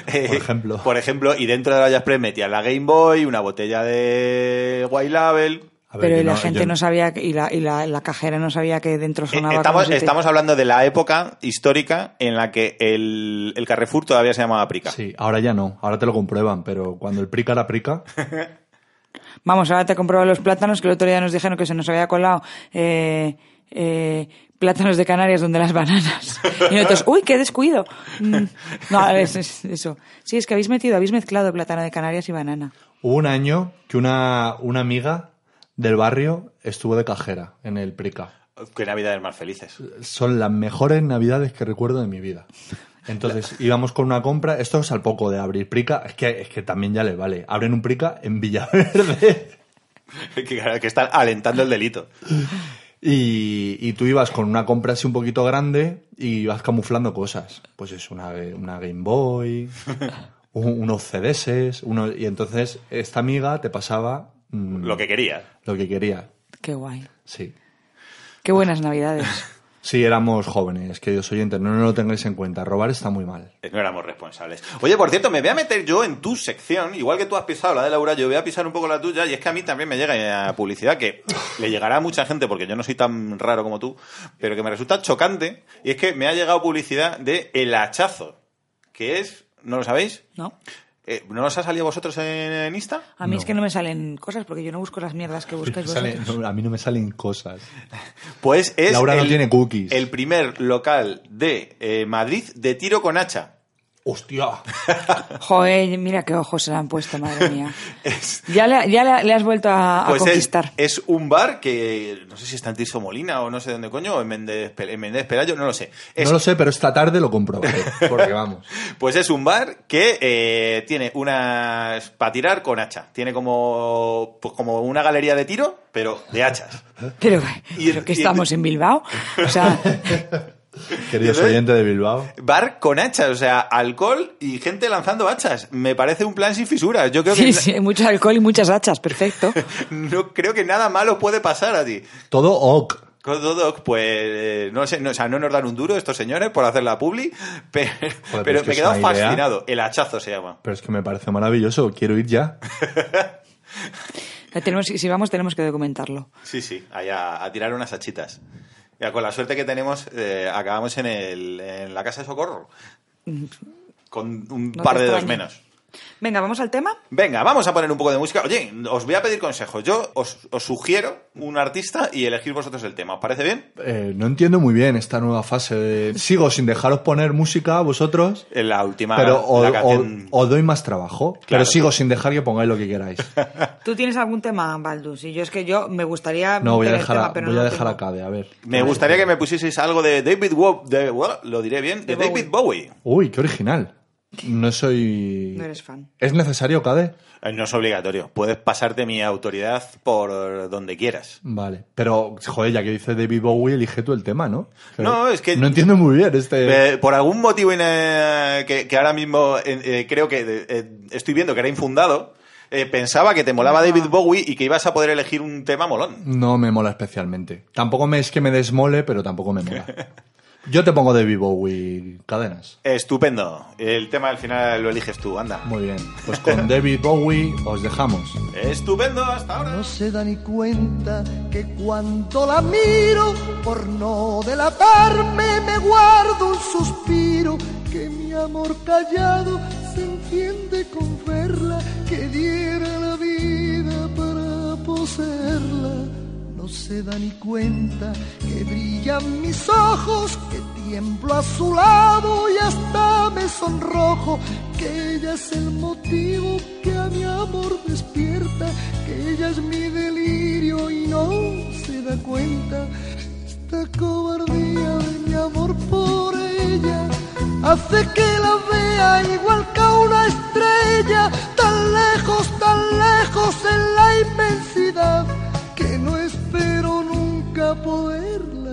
eh,
(laughs) Por ejemplo.
Por ejemplo, y dentro de la olla express metías la Game Boy, una botella de White Label. Eh,
A ver,
Pero
yo
y la
no-
gente
yo-
no sabía, que- y la, y la, la cajera no sabía que dentro
Eh,
sonaba...
Estamos,
como si te-
estamos hablando de la época histórica en la que el, el Carrefour todavía se llamaba Prica.
Sí, ahora ya no. Ahora te lo comprueban, pero cuando el prica
(laughs)
era prica...
Vamos, ahora te compro los plátanos, que el otro día nos dijeron que se nos había colado eh, eh, plátanos de Canarias donde las bananas. Y nosotros, uy, qué descuido. Mm, No, es- es eso. Sí, es que habéis metido, habéis mezclado plátano de Canarias y banana.
Hubo un año que una, una amiga del barrio estuvo de cajera en el Prica.
Qué navidades más felices. (laughs)
Son las mejores navidades que recuerdo de mi vida. Entonces íbamos con una compra, esto es al poco de abrir Prica, es que, es que también ya le vale. Abren un Prica en Villaverde
que, que están alentando el delito.
y, y tú ibas con una compra así un poquito grande y vas camuflando cosas. Pues es una, una Game Boy, un- unos CDs, uno, y entonces esta amiga te pasaba mm,
Lo que quería.
lo que quería.
Qué guay.
Sí.
Qué buenas navidades.
Sí, éramos jóvenes, queridos oyentes, no, no lo tengáis en cuenta. Robar está muy mal.
Eh, No éramos responsables. Oye, por cierto, me voy a meter yo en tu sección, igual que tú has pisado la de Laura, yo voy a pisar un poco la tuya, y es que a mí también me llega eh, publicidad que le llegará a mucha gente, porque yo no soy tan raro como tú, pero que me resulta chocante, y es que me ha llegado publicidad de El Hachazo, que es, ¿no lo sabéis?
¿No?
Eh, ¿No os ha salido a vosotros en, en Insta?
A mí es
No.
que no me salen cosas porque yo no busco las mierdas que
(laughs)
buscáis
Sale-
vosotros.
no, a mí no me salen cosas.
Pues es
Laura no
el-
tiene cookies.
el primer local de eh, Madrid de tiro con
(laughs)
hacha.
¡Hostia!
Joder, mira qué ojos se le han puesto, madre mía.
Es-
Ya le, ya le- le has vuelto a, a
Pues es-
conquistar.
Es, un bar que no sé si está en Tirso Molina o no sé dónde coño, o en Méndez, Pe- en Méndez Pelayo, no lo sé. Es-
No lo sé, pero esta tarde lo comprobaré, porque vamos.
Pues es un bar que eh, tiene unas. para tirar con hacha. Tiene como. pues como una galería de tiro, pero de hachas.
Pero,
Y el-
pero que
y el-
estamos en Bilbao.
(laughs)
O sea,
Queridos
¿Verdad?
oyentes de Bilbao.
Bar con hachas, o sea, alcohol y gente lanzando hachas. Me parece un plan sin fisuras. Yo creo que.
sí, sí, mucho alcohol y muchas hachas, perfecto.
No creo que nada malo puede pasar a ti.
Todo ok.
Cododoc, pues eh, no sé, no, o sea, no nos dan un duro estos señores por hacer la publi, (laughs) pe- pero,
pero es
me
que
he
es
quedado
una idea.
fascinado. El hachazo se llama.
Pero es que me parece maravilloso, quiero ir ya.
Ya tenemos- si vamos, tenemos que documentarlo.
Sí, sí, allá a tirar unas hachitas. Ya, con la suerte que tenemos, eh, acabamos en, el, en la casa de socorro. Con un
No
par
te
de dos
extrañe.
menos.
Venga, vamos al tema.
Venga, vamos a poner un poco de música. Oye, os voy a pedir consejos. Yo os, os sugiero un artista y elegir vosotros el tema. ¿Os parece bien?
Eh, no entiendo muy bien esta nueva fase de... Sigo sin dejaros poner música a vosotros,
Eh, La última
pero o-
la
o-
canción-
os doy más trabajo.
Claro.
Pero sigo sin dejar que pongáis lo que queráis.
¿Tú tienes algún tema, Baldus? Y yo es que yo me gustaría...
No, voy a
tener
dejar a,
tema, pero
voy
no
a,
lo
dejar
tengo.
a Cade, a ver.
Me gustaría que me pusieseis algo de David Wo- de- wo- lo diré bien, de,
De
David Bowie.
Uy, qué original. No soy.
No eres fan.
¿Es necesario, Cade?
Eh, No es obligatorio. Puedes pasarte mi autoridad por donde quieras.
Vale. Pero, joder, ya que dice David Bowie, elige tú el tema, ¿no?
No, es que-
No entiendo muy bien este.
Eh, por algún motivo ina- que, que ahora mismo eh, eh, creo que eh, estoy viendo que era infundado, eh, pensaba que te molaba David Bowie y que ibas a poder elegir un tema molón.
No me mola especialmente. Tampoco me, es que me desmole, pero tampoco me
(laughs)
mola. Yo te pongo David Bowie cadenas.
Estupendo. El tema al final lo eliges tú, anda.
Muy bien.
(laughs)
Pues con David Bowie os dejamos.
Estupendo, hasta ahora.
No se da ni cuenta que cuando la miro, por no delatarme, me guardo un suspiro. Que mi amor callado se entiende con verla, que diera la vida para poseerla. No se da ni cuenta que brillan mis ojos, que tiemblo a su lado y hasta me sonrojo. Que ella es el motivo que a mi amor despierta, que ella es mi delirio y no se da cuenta. Esta cobardía de mi amor por ella hace que la vea igual que a una estrella, tan lejos, tan lejos en la inmensidad, que no espero nunca poderla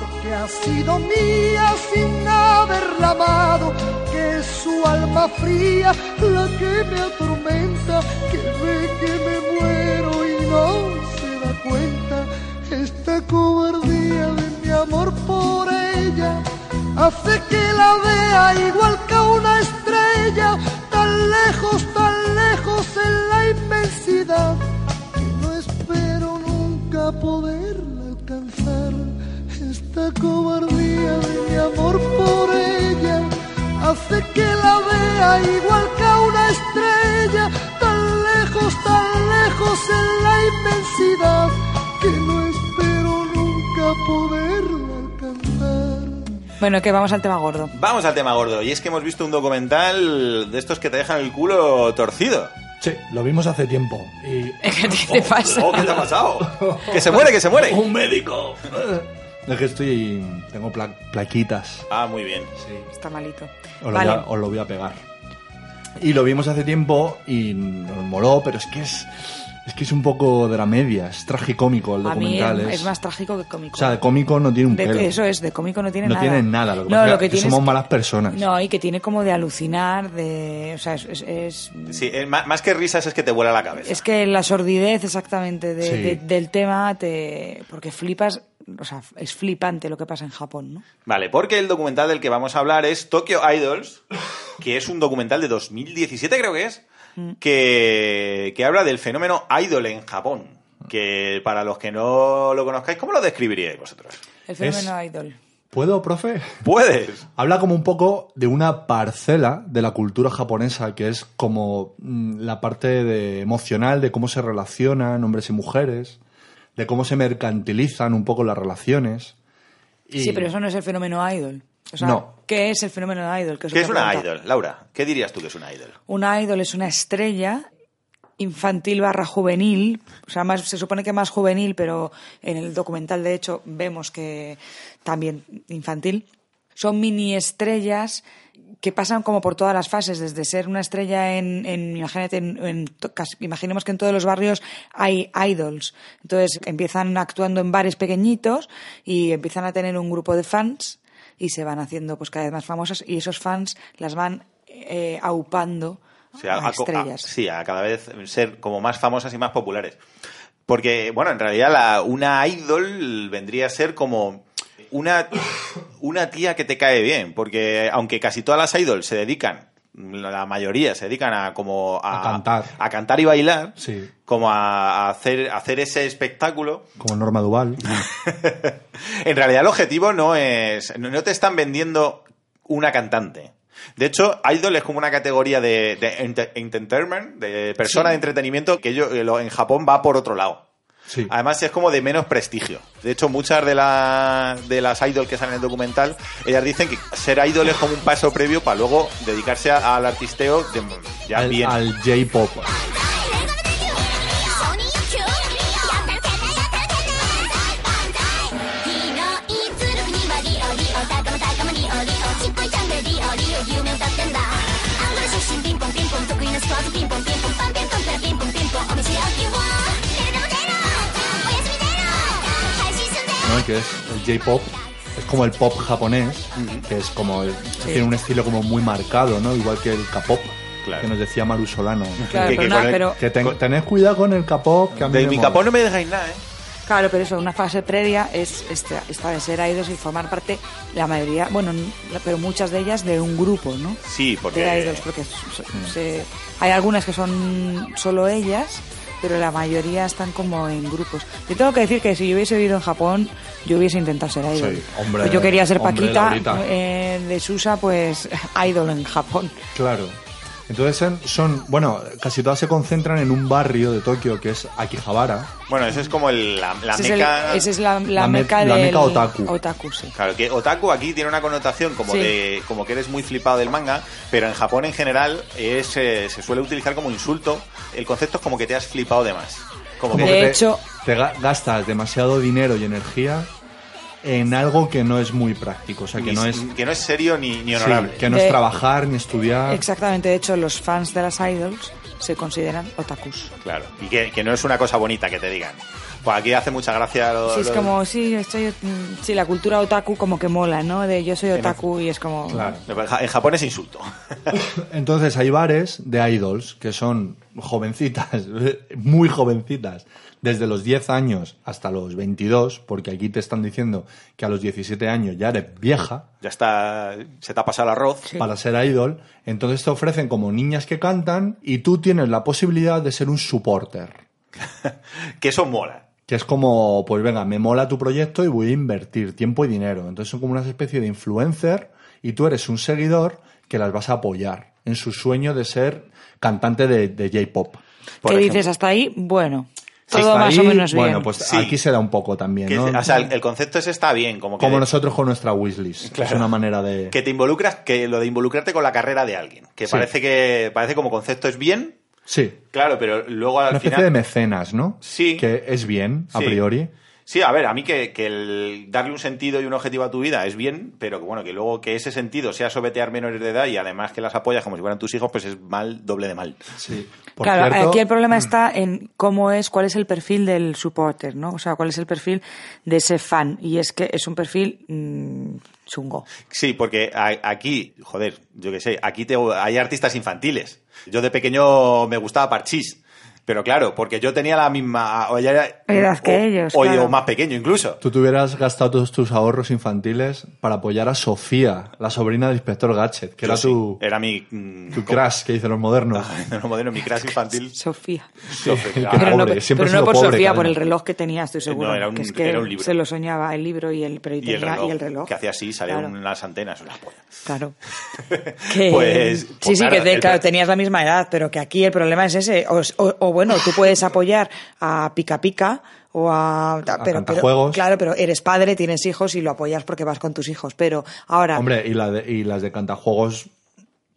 porque ha sido mía sin haberla amado, que es su alma fría la que me atormenta, que ve que me muero y no se da cuenta. Esta cobardía de mi amor por ella hace que la vea igual que a una estrella, tan lejos, tan lejos en la inmensidad, que no espero nunca poderla alcanzar esta cobardía de mi amor por ella hace que la vea igual que a una estrella tan lejos, tan lejos en la inmensidad que no espero nunca poderla alcanzar.
Bueno, que vamos al tema gordo. (laughs)
Vamos al tema gordo. Y es que hemos visto un documental de estos que te dejan el culo torcido.
Sí, lo vimos hace tiempo. Y.
¿Qué te pasa?
Oh, ¿qué te ha pasado? que se muere, que se muere.
oh, ¡Un médico! (laughs) Es que estoy. Tengo pla- plaquitas.
Ah, muy bien.
Sí.
Está malito.
Os lo,
vale.
voy a, os lo voy a pegar. Y lo vimos hace tiempo y nos moló, pero es que es, es que es un poco de la media, es tragicómico el
A mí
documental.
es, es más trágico que cómico.
oh, O sea, de cómico no tiene un
De-
pelo.
eso es, de cómico no tiene
No
nada.
tiene nada, lo que
No,
pasa es
que
que
tiene
somos
es-
malas personas.
No, y que tiene como de alucinar, de... O sea, es... es- es-
Sí, eh, ma- más que risas es que te vuela la cabeza.
es que la sordidez exactamente de-
Sí.
de- del tema te... Porque flipas, o sea, es flipante lo que pasa en Japón, ¿no?
Vale, porque el documental del que vamos a hablar es Tokyo Idols, que es un documental de 2017 creo que es,
Mm.
que, que habla del fenómeno idol en Japón. Que para los que no lo conozcáis, ¿cómo lo describiríais vosotros?
El fenómeno idol.
¿Puedo, profe?
Puedes.
Habla como un poco de una parcela de la cultura japonesa, que es como mm, la parte de- emocional de cómo se relacionan hombres y mujeres, de cómo se mercantilizan un poco las relaciones. Y-
Sí, pero eso no es el fenómeno idol. O sea,
No.
¿qué es el fenómeno idol?
¿Qué es
otra
una
pregunta.
idol? Laura, ¿qué dirías tú que es una idol?
Una idol es una estrella infantil barra juvenil, o sea, más, se supone que más juvenil, pero en el documental de hecho vemos que también infantil. Son mini estrellas que pasan como por todas las fases, desde ser una estrella en, en- imagínate, en- en to- casi- imaginemos que en todos los barrios hay idols. Entonces empiezan actuando en bares pequeñitos y empiezan a tener un grupo de fans y se van haciendo pues cada vez más famosas y esos fans las van eh, aupando
O sea,
Ah,
a co- a-
estrellas.
sí, a cada vez ser como más famosas y más populares. Porque, bueno, en realidad la, una idol vendría a ser como una, una tía que te cae bien. Porque aunque casi todas las idols se dedican, la mayoría se dedican a como
A cantar.
a cantar y bailar,
Sí.
como a, a hacer, a hacer ese espectáculo,
Como
(laughs)
Norma Duval.
en realidad el objetivo no es. No no te están vendiendo una cantante. De hecho, Idol es como una categoría de, de ente- entertainment, de persona de entretenimiento, que yo, eh, en Japón va por otro lado.
Sí.
Además, es como de menos prestigio. De hecho, muchas de, la- de las idol que salen en el documental, ellas dicen que ser idol es como un paso previo para luego dedicarse a- al artisteo de, ya
al
bien.
al J-pop. ¿no? que es el J-pop. Es como el pop japonés, que es como el- tiene un estilo como muy marcado, ¿no? Igual que el K-pop,
Claro.
que nos decía Maru Solano.
Claro,
Que-
pero,
que
una-
con el-
pero-
Que ten- tened cuidado con el K-pop, que a mí
De
me
mi
mola.
capón no me dejáis nada, ¿eh?
claro, pero eso, una fase previa es esta, esta de ser idols y formar parte, la mayoría, bueno, n- pero muchas de ellas de un grupo, ¿no?
Sí, porque. Mm.
de idols, porque se- se- hay algunas que son solo ellas, pero la mayoría están como en grupos. Yo tengo que decir que si yo hubiese vivido en Japón, yo hubiese intentado ser idol. Pues
Sí, hombre,
yo quería ser
hombre,
Paquita
Laurita.
eh, de Susa, pues (laughs) idol en Japón.
Claro. Entonces son, son- bueno, casi todas se concentran en un barrio de Tokio que es Akihabara.
Bueno, eso es como el- la, la
Ese es el-
meca.
esa es la, la
La me-
meca
la
del
meca otaku.
sí.
Claro, que otaku aquí tiene una connotación como
Sí.
de como que eres muy flipado del manga, pero en Japón en general es, eh, se suele utilizar como insulto. El concepto es como que te has flipado de más. Como
Como
De
que
que
te-
hecho-
te, ga- gastas demasiado dinero y energía en algo que no es muy práctico, o sea, que
ni-
no es
que no es serio ni, ni
sí,
honorable.
que no
De-
es trabajar ni estudiar.
Exactamente, de hecho, los fans de las idols se consideran otakus.
Claro. Y que, que no es una cosa bonita que te digan. Pues aquí hace mucha gracia lo,
Sí, es
lo-
como, sí, estoy, mm, sí, la cultura otaku como que mola, ¿no? De yo soy otaku y es como...
Claro.
En Japón es insulto. (laughs)
Entonces hay bares de idols que son jovencitas, (laughs) muy jovencitas, desde los 10 años hasta los 22, porque aquí te están diciendo que a los 17 años ya eres vieja
ya está, se te ha pasado el arroz.
para ser idol, entonces te ofrecen como niñas que cantan y tú tienes la posibilidad de ser un supporter,
Que eso mola.
que es como, pues venga, me mola tu proyecto y voy a invertir tiempo y dinero. Entonces son como una especie de influencer y tú eres un seguidor que las vas a apoyar en su sueño de ser cantante de, de J-Pop.
Por
¿Qué
ejemplo.
dices hasta ahí? Bueno, todo
Hasta
más
ahí,
o menos bien.
Bueno, pues
Sí.
aquí se da un poco también,
Que-
¿no?
O sea, el, el concepto ese está bien. Como que,
Como nosotros con nuestra wishlist.
Claro.
Es una manera de...
que te involucras, que lo de involucrarte con la carrera de alguien. Que
Sí.
parece que parece como concepto es bien,
Sí.
Claro, pero luego al
Una especie
final.
de mecenas, ¿no?
Sí.
Que es bien, a
Sí.
priori.
Sí, a ver, a mí que, que el darle un sentido y un objetivo a tu vida es bien, pero que bueno, que luego que ese sentido sea sobetear menores de edad y además que las apoyas como si fueran tus hijos, pues es mal, doble de mal.
Sí. Por
claro,
cierto,
aquí el problema está en cómo es, cuál es el perfil del supporter, ¿no? O sea, cuál es el perfil de ese fan. Y es que es un perfil mm, chungo.
Sí, porque a- aquí, joder, yo qué sé, aquí te- hay artistas infantiles. Yo de pequeño me gustaba Parchís, pero claro, porque yo tenía la misma o ya era-
Edad que
o-
ellos,
o-
claro.
o más pequeño incluso.
Tú te hubieras gastado todos tus ahorros infantiles para apoyar a Sofía, la sobrina del inspector Gadget, que
Yo
era
sí,
tu,
era mi mm,
tu crush, que dicen los modernos.
(laughs) no, modelo, mi crash
(laughs)
infantil.
Sofía.
Sofía,
Qué
claro.
pero no,
pobre,
pero
siempre ha
no
sido
por
pobre,
Sofía,
Carmen.
por el reloj que tenía, estoy seguro.
era un-
que es que
era un libro.
se lo soñaba el libro y el, pero y
y el
tenía-
reloj,
y el reloj.
que hacía así salían
Claro.
unas antenas una polla. (laughs)
Claro. Que-
Pues-
sí,
pues
sí,
claro,
que te-
el-
claro, tenías la misma edad, pero que aquí el problema es ese. O, o- o bueno, tú puedes apoyar a Pica Pica o a... Pero, pero-
Cantajuegos.
claro, pero eres padre, tienes hijos y lo apoyas porque vas con tus hijos. Pero ahora...
Hombre, y, la de- y las de Cantajuegos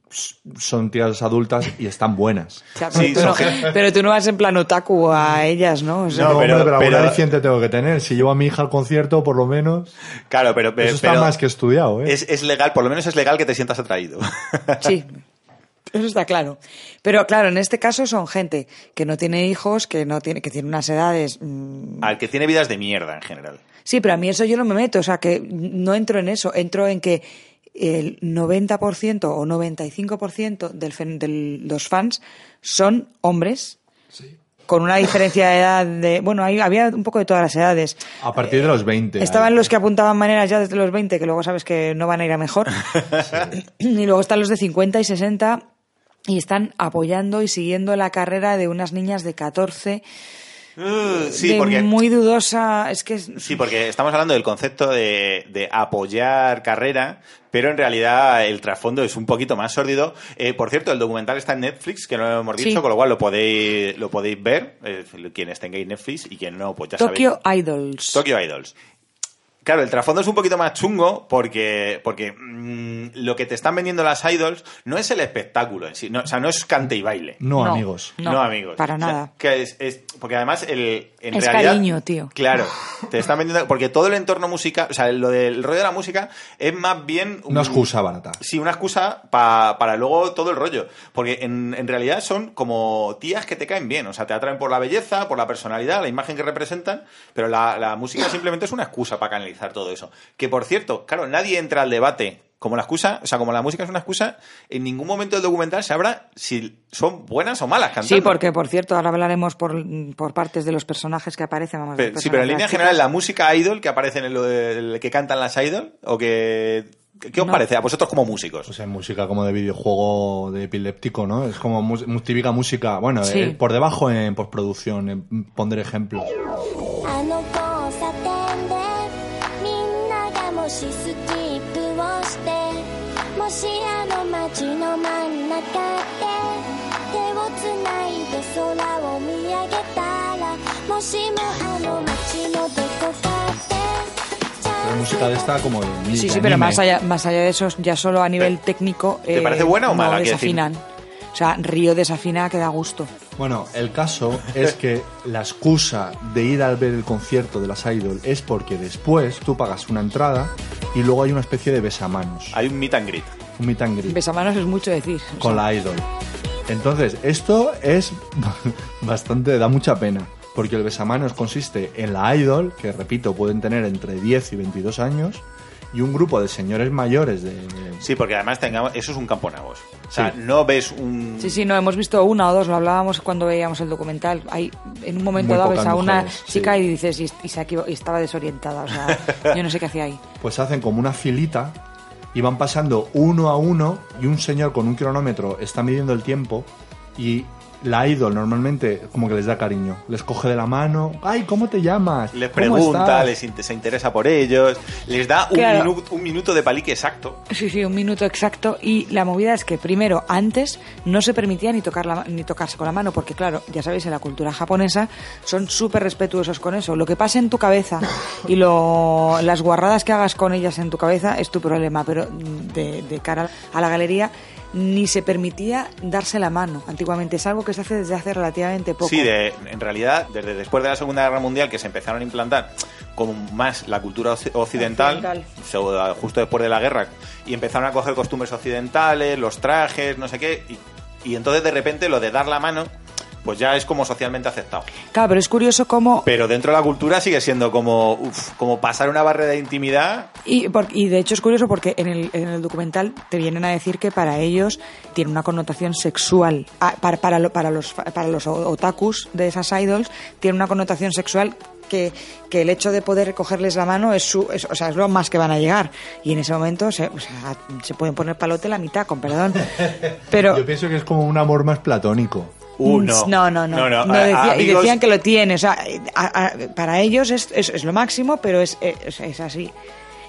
s- son tías adultas y están buenas.
o sea, pero,
Sí,
tú no,
son-
(laughs) pero tú no vas en plan otaku a ellas, ¿no? O sea,
No,
No,
pero-
hombre, pero,
pero-
algún aliciente tengo que tener. Si llevo a mi hija al concierto, por lo menos...
Claro, pero, pero-
Eso está
pero
más que estudiado, ¿eh?
es, es legal, por lo menos es legal que te sientas atraído. (laughs)
Sí. Eso está claro. Pero claro, en este caso son gente que no tiene hijos, que no tiene, que tiene unas edades mm,
Al que tiene vidas de mierda en general.
Sí, pero a mí eso yo no me meto, o sea, que no entro en eso, entro en que el 90% o 95% del, fen- del- los fans son hombres. Con una diferencia de edad de. Bueno, ahí había un poco de todas las edades.
A partir de los 20.
Estaban
ahí.
los que apuntaban maneras ya desde los 20, que luego sabes que no van a ir
(laughs)
a mejor. Y luego están los de 50 y 60 y están apoyando y siguiendo la carrera de unas niñas de 14.
Uh, sí,
de
porque,
Muy dudosa. Es que. es-
sí, porque estamos hablando del concepto de, de apoyar carrera, pero en realidad el trasfondo es un poquito más sórdido. Eh, por cierto, el documental está en Netflix, que no lo hemos
Sí.
dicho, con lo cual lo podéis, lo podéis ver, eh, quienes tengáis Netflix y quien no, pues ya
Tokyo
sabéis.
Idols.
Tokyo Idols. Claro, el trasfondo es un poquito más chungo porque, porque mm, lo que te están vendiendo las idols no es el espectáculo en sí, no, o sea, no es cante y baile.
No,
No.
amigos.
No,
No, amigos.
para
O sea,
nada.
que es- es- porque además el, en
Es
realidad-
cariño, tío.
Claro. Te están vendiendo... Porque todo el entorno musical... O sea, lo del rollo de la música es más bien... un-
Una excusa barata.
Sí, una excusa pa- para luego todo el rollo. Porque en, en realidad son como tías que te caen bien. O sea, te atraen por la belleza, por la personalidad, la imagen que representan. Pero la, la música simplemente es una excusa para canalizar todo eso. Que por cierto, claro, nadie entra al debate. Como la excusa, o sea, como la música es una excusa, en ningún momento del documental se habla si son buenas o malas cantando.
Sí, porque por cierto, ahora hablaremos por, por partes de los personajes que aparecen. Vamos,
Pero-
del
sí, pero en línea
personaje
general,
de pues, las
la música idol que aparece en lo de- que cantan las idol, o que. ¿Qué os
No.
parece? A vosotros como músicos.
O sea, música como de videojuego de epiléptico, ¿no? Es como mu- mu- típica música. Bueno,
Sí.
eh, por debajo en postproducción, en poner ejemplos.
あの交差点でみんながもしスキップをしてもしあの街の真ん中で手をつないで空を見上げたらもしもあの街のどこかでチ
Pero
ャンス
música de
が
esta como de
chicas.
mil,
Sí,
de
sí, pero
anime.
más allá, más allá de eso, ya solo a nivel técnico. eh,
te parece buena o mala,
No
quiero decir?
desafinan. O sea, Río desafina que da gusto.
Bueno, el caso es que la excusa de ir al ver el concierto de las Idol es porque después tú pagas una entrada y luego hay una especie de besamanos,
Hay un meet and greet.
un meet and greet
Besamanos es mucho decir. O
con
sea,
la Idol. Entonces, esto es (laughs) bastante, da mucha pena, porque el besamanos consiste en la Idol, que repito, pueden tener entre 10 y 22 años, y un grupo de señores mayores de...
Sí, porque además tengamos, eso es un camponagos. O sea,
Sí.
no ves un...
Sí, sí, no, hemos visto una o dos, lo hablábamos cuando veíamos el documental. Hay, en un momento
Muy
dado
pocas
ves a una
mujeres,
chica
sí.
y dices, y, y se ha equivo- y estaba desorientada,
(laughs)
o sea, yo no sé qué hacía ahí.
pues hacen como una filita y van pasando uno a uno y un señor con un cronómetro está midiendo el tiempo y la idol normalmente como que les da cariño, les coge de la mano, ay, ¿cómo te llamas?
Les
¿Cómo
pregunta,
estás?".
les inte- se interesa por ellos, les da un,
Claro.
minu- un minuto de palique exacto.
Sí, sí, un minuto exacto. Y la movida es que primero, antes, no se permitía ni, tocar la- ni tocarse con la mano, porque claro, ya sabéis, en la cultura japonesa son súper respetuosos con eso. Lo que pase en tu cabeza y lo, las guarradas que hagas con ellas en tu cabeza es tu problema, pero de, de cara a la galería ni se permitía darse la mano antiguamente. Es algo que se hace desde hace relativamente poco.
Sí, de- en realidad, desde después de la Segunda Guerra Mundial, que se empezaron a implantar como más la cultura oc- occidental,
Occidental.
so- justo después de la guerra, y empezaron a coger costumbres occidentales, los trajes, no sé qué, y, y entonces de repente lo de dar la mano, pues ya es como socialmente aceptado.
Claro, pero es curioso cómo
Pero dentro de la cultura sigue siendo como, uf, como pasar una barrera de intimidad
Y, por- y de hecho es curioso porque en el, en el documental te vienen a decir que para ellos tiene una connotación sexual. Ah, para, para, lo- para los, fa- para los o- otakus de esas idols tiene una connotación sexual que, que el hecho de poder cogerles la mano es, su, es- o sea, es lo más que van a llegar. Y en ese momento se, o sea, se pueden poner palote la mitad, con perdón. Pero...
Yo pienso que es como un amor más platónico.
Uh,
No, Mm, no, no. No
A-
decía- y
amigos,
decían que lo tiene. O sea, a- a- para ellos es, es- es lo máximo, pero es, es, es así.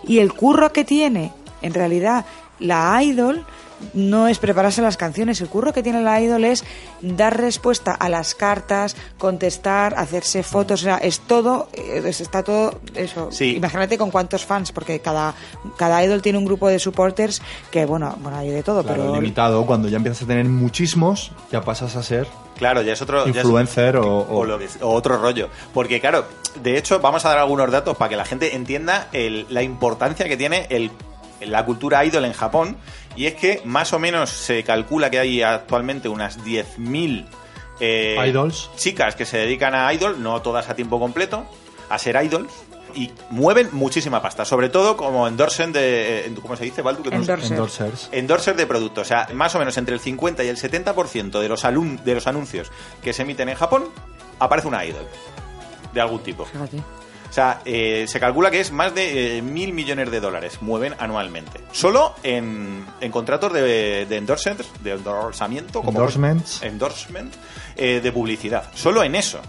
Y el curro que tiene, en realidad, la idol no es prepararse las canciones. El curro que tiene la idol es dar respuesta a las cartas, contestar, hacerse fotos. O sea, es todo, eh, es- está todo eso.
Sí.
Imagínate con cuántos fans, porque cada, cada idol tiene un grupo de supporters que, bueno, bueno hay de todo,
Claro,
pero...
limitado, cuando ya empiezas a tener muchísimos, ya pasas a ser
Claro, ya es otro... ya es-
influencer o, o-
o, lo que- o otro rollo. Porque claro, de hecho vamos a dar algunos datos para que la gente entienda el- la importancia que tiene el- la cultura idol en Japón. Y es que más o menos se calcula que hay actualmente unas 10.000 eh,
Idols.
chicas que se dedican a idol, no todas a tiempo completo, a ser idols. y mueven muchísima pasta, sobre todo como endorsen de... eh, ¿Cómo se dice, Baldu? Que tú no-
Endorser.
Endorsers.
Endorser de productos, o sea, más o menos entre el 50 y el 70% de los, alum- de los anuncios que se emiten en Japón aparece una idol de algún tipo.
Fíjate.
O sea, eh, se calcula que es más de eh, mil millones de dólares mueven anualmente. Solo en, en contratos de, de endorsers, de endorsamiento, como
Endorsements.
endorsement, eh, de publicidad. Solo en eso.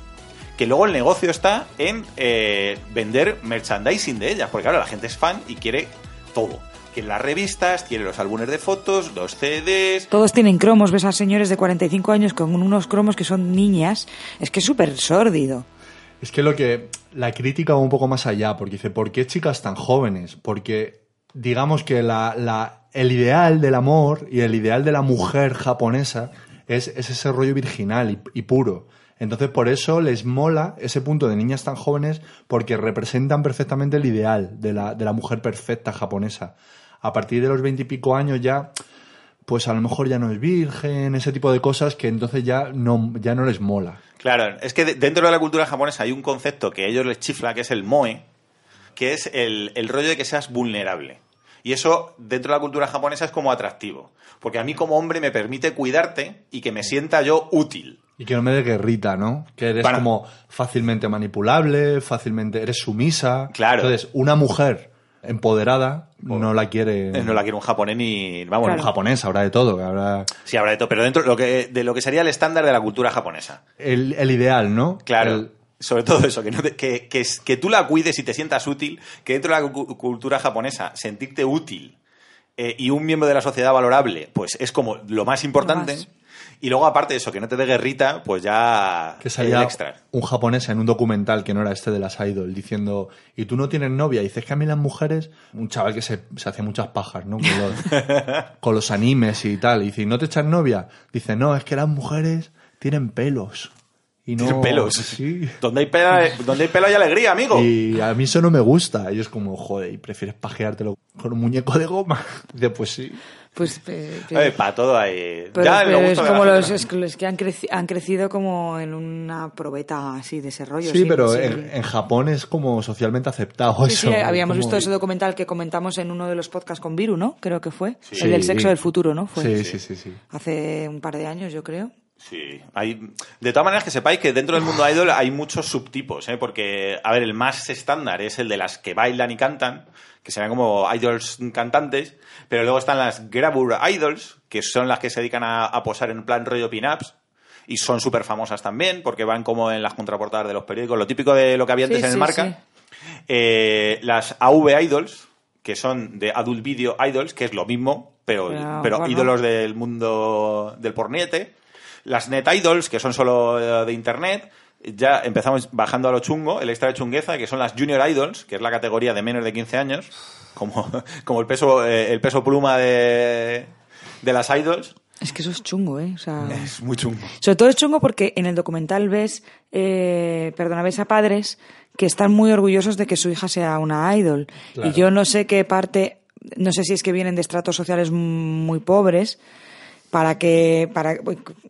Que luego el negocio está en eh, vender merchandising de ellas, porque claro, la gente es fan y quiere todo. Quiere las revistas, quiere los álbumes de fotos, los CDs.
Todos tienen cromos, ves a señores de 45 años con unos cromos que son niñas. Es que es súper sórdido.
Es que lo que. La crítica va un poco más allá, porque dice, ¿por qué chicas tan jóvenes? Porque digamos que la, la- el ideal del amor y el ideal de la mujer japonesa es, es ese rollo virginal y, y puro. Entonces, por eso les mola ese punto de niñas tan jóvenes, porque representan perfectamente el ideal de la, de la mujer perfecta japonesa. A partir de los veintipico años ya pues a lo mejor ya no es virgen, ese tipo de cosas que entonces ya no, ya no les mola.
Claro, es que de- dentro de la cultura japonesa hay un concepto que a ellos les chifla, que es el moe, que es el, el rollo de que seas vulnerable. Y eso dentro de la cultura japonesa es como atractivo. Porque a mí como hombre me permite cuidarte y que me sienta yo útil.
Y que no me dé guerrita, ¿no? Que eres
Para-
como fácilmente manipulable, fácilmente eres sumisa.
Claro.
Entonces, una mujer empoderada no la quiere.
Eh, No la quiero un japonés ni... Vamos,
Bueno,
un
un
japonés.
japonés habrá de todo. que habrá-
Sí, habrá de todo, pero dentro de lo, que, de lo que sería el estándar de la cultura japonesa.
El, el ideal, ¿no?
Claro.
El-
Sobre todo eso, que, no te- que, que, que tú la cuides y te sientas útil, que dentro de la cu- cultura japonesa sentirte útil eh, y un miembro de la sociedad valorable, pues es como lo más importante.
Lo más.
Y luego, aparte de eso, que no te dé guerrita, pues ya
que
el
salía
extra.
un japonés en un documental que no era este de las Idol diciendo, y tú no tienes novia, y dices que a mí las mujeres, un chaval que se, se hace muchas pajas, ¿no? Con
(laughs)
los, con los animes y tal, y dice, "¿Y ¿no te echas novia? Dice, no, es que las mujeres tienen pelos. Y no, pues
Tienen pelos.
Sí.
Donde, hay pela- eh, donde hay pelo hay alegría, amigo.
Y a mí eso no me gusta. Ellos como, joder, ¿y prefieres pajeártelo con un muñeco de goma? (laughs) Dice, pues sí.
Pues, eh,
A ver, para todo hay...
Pero,
ya,
pero
lo
es
gusto de la
como
gente,
los,
¿no?
es que los que han, creci- han crecido como en una probeta así de ese rollo.
Sí, pero
sí.
En, en Japón es como socialmente aceptado
Sí,
eso.
sí, habíamos
Como-
visto ese documental que comentamos en uno de los podcasts con Viru, ¿no? Creo que fue.
Sí.
El del sexo del futuro, ¿no? Fue.
Sí, sí, sí, sí.
Hace un par de años, yo creo.
Sí, hay, de todas maneras que sepáis que dentro del mundo idol hay muchos subtipos, ¿eh? porque, a ver, el más estándar es el de las que bailan y cantan, que serán como idols cantantes, pero luego están las gravure idols, que son las que se dedican a, a posar en plan rollo pin-ups, y son súper famosas también, porque van como en las contraportadas de los periódicos, lo típico de lo que había antes
Sí,
en el
sí,
marca.
sí.
Eh, las AV Idols, que son de Adult Video Idols, que es lo mismo, pero,
Pero,
pero
bueno.
ídolos del mundo del porniete. Las Net Idols, que son solo eh, de internet. Ya empezamos bajando a lo chungo, el extra de chungueza, que son las Junior Idols, que es la categoría de menos de 15 años, como, (laughs) como el, peso, eh, el peso pluma de, de las Idols.
Es que eso es chungo, ¿eh? O sea,
Es muy chungo.
sobre todo es chungo porque en el documental ves, eh, perdona, ves a padres que están muy orgullosos de que su hija sea una idol. Y yo no sé qué parte, no sé si es que vienen de estratos sociales muy pobres para que para,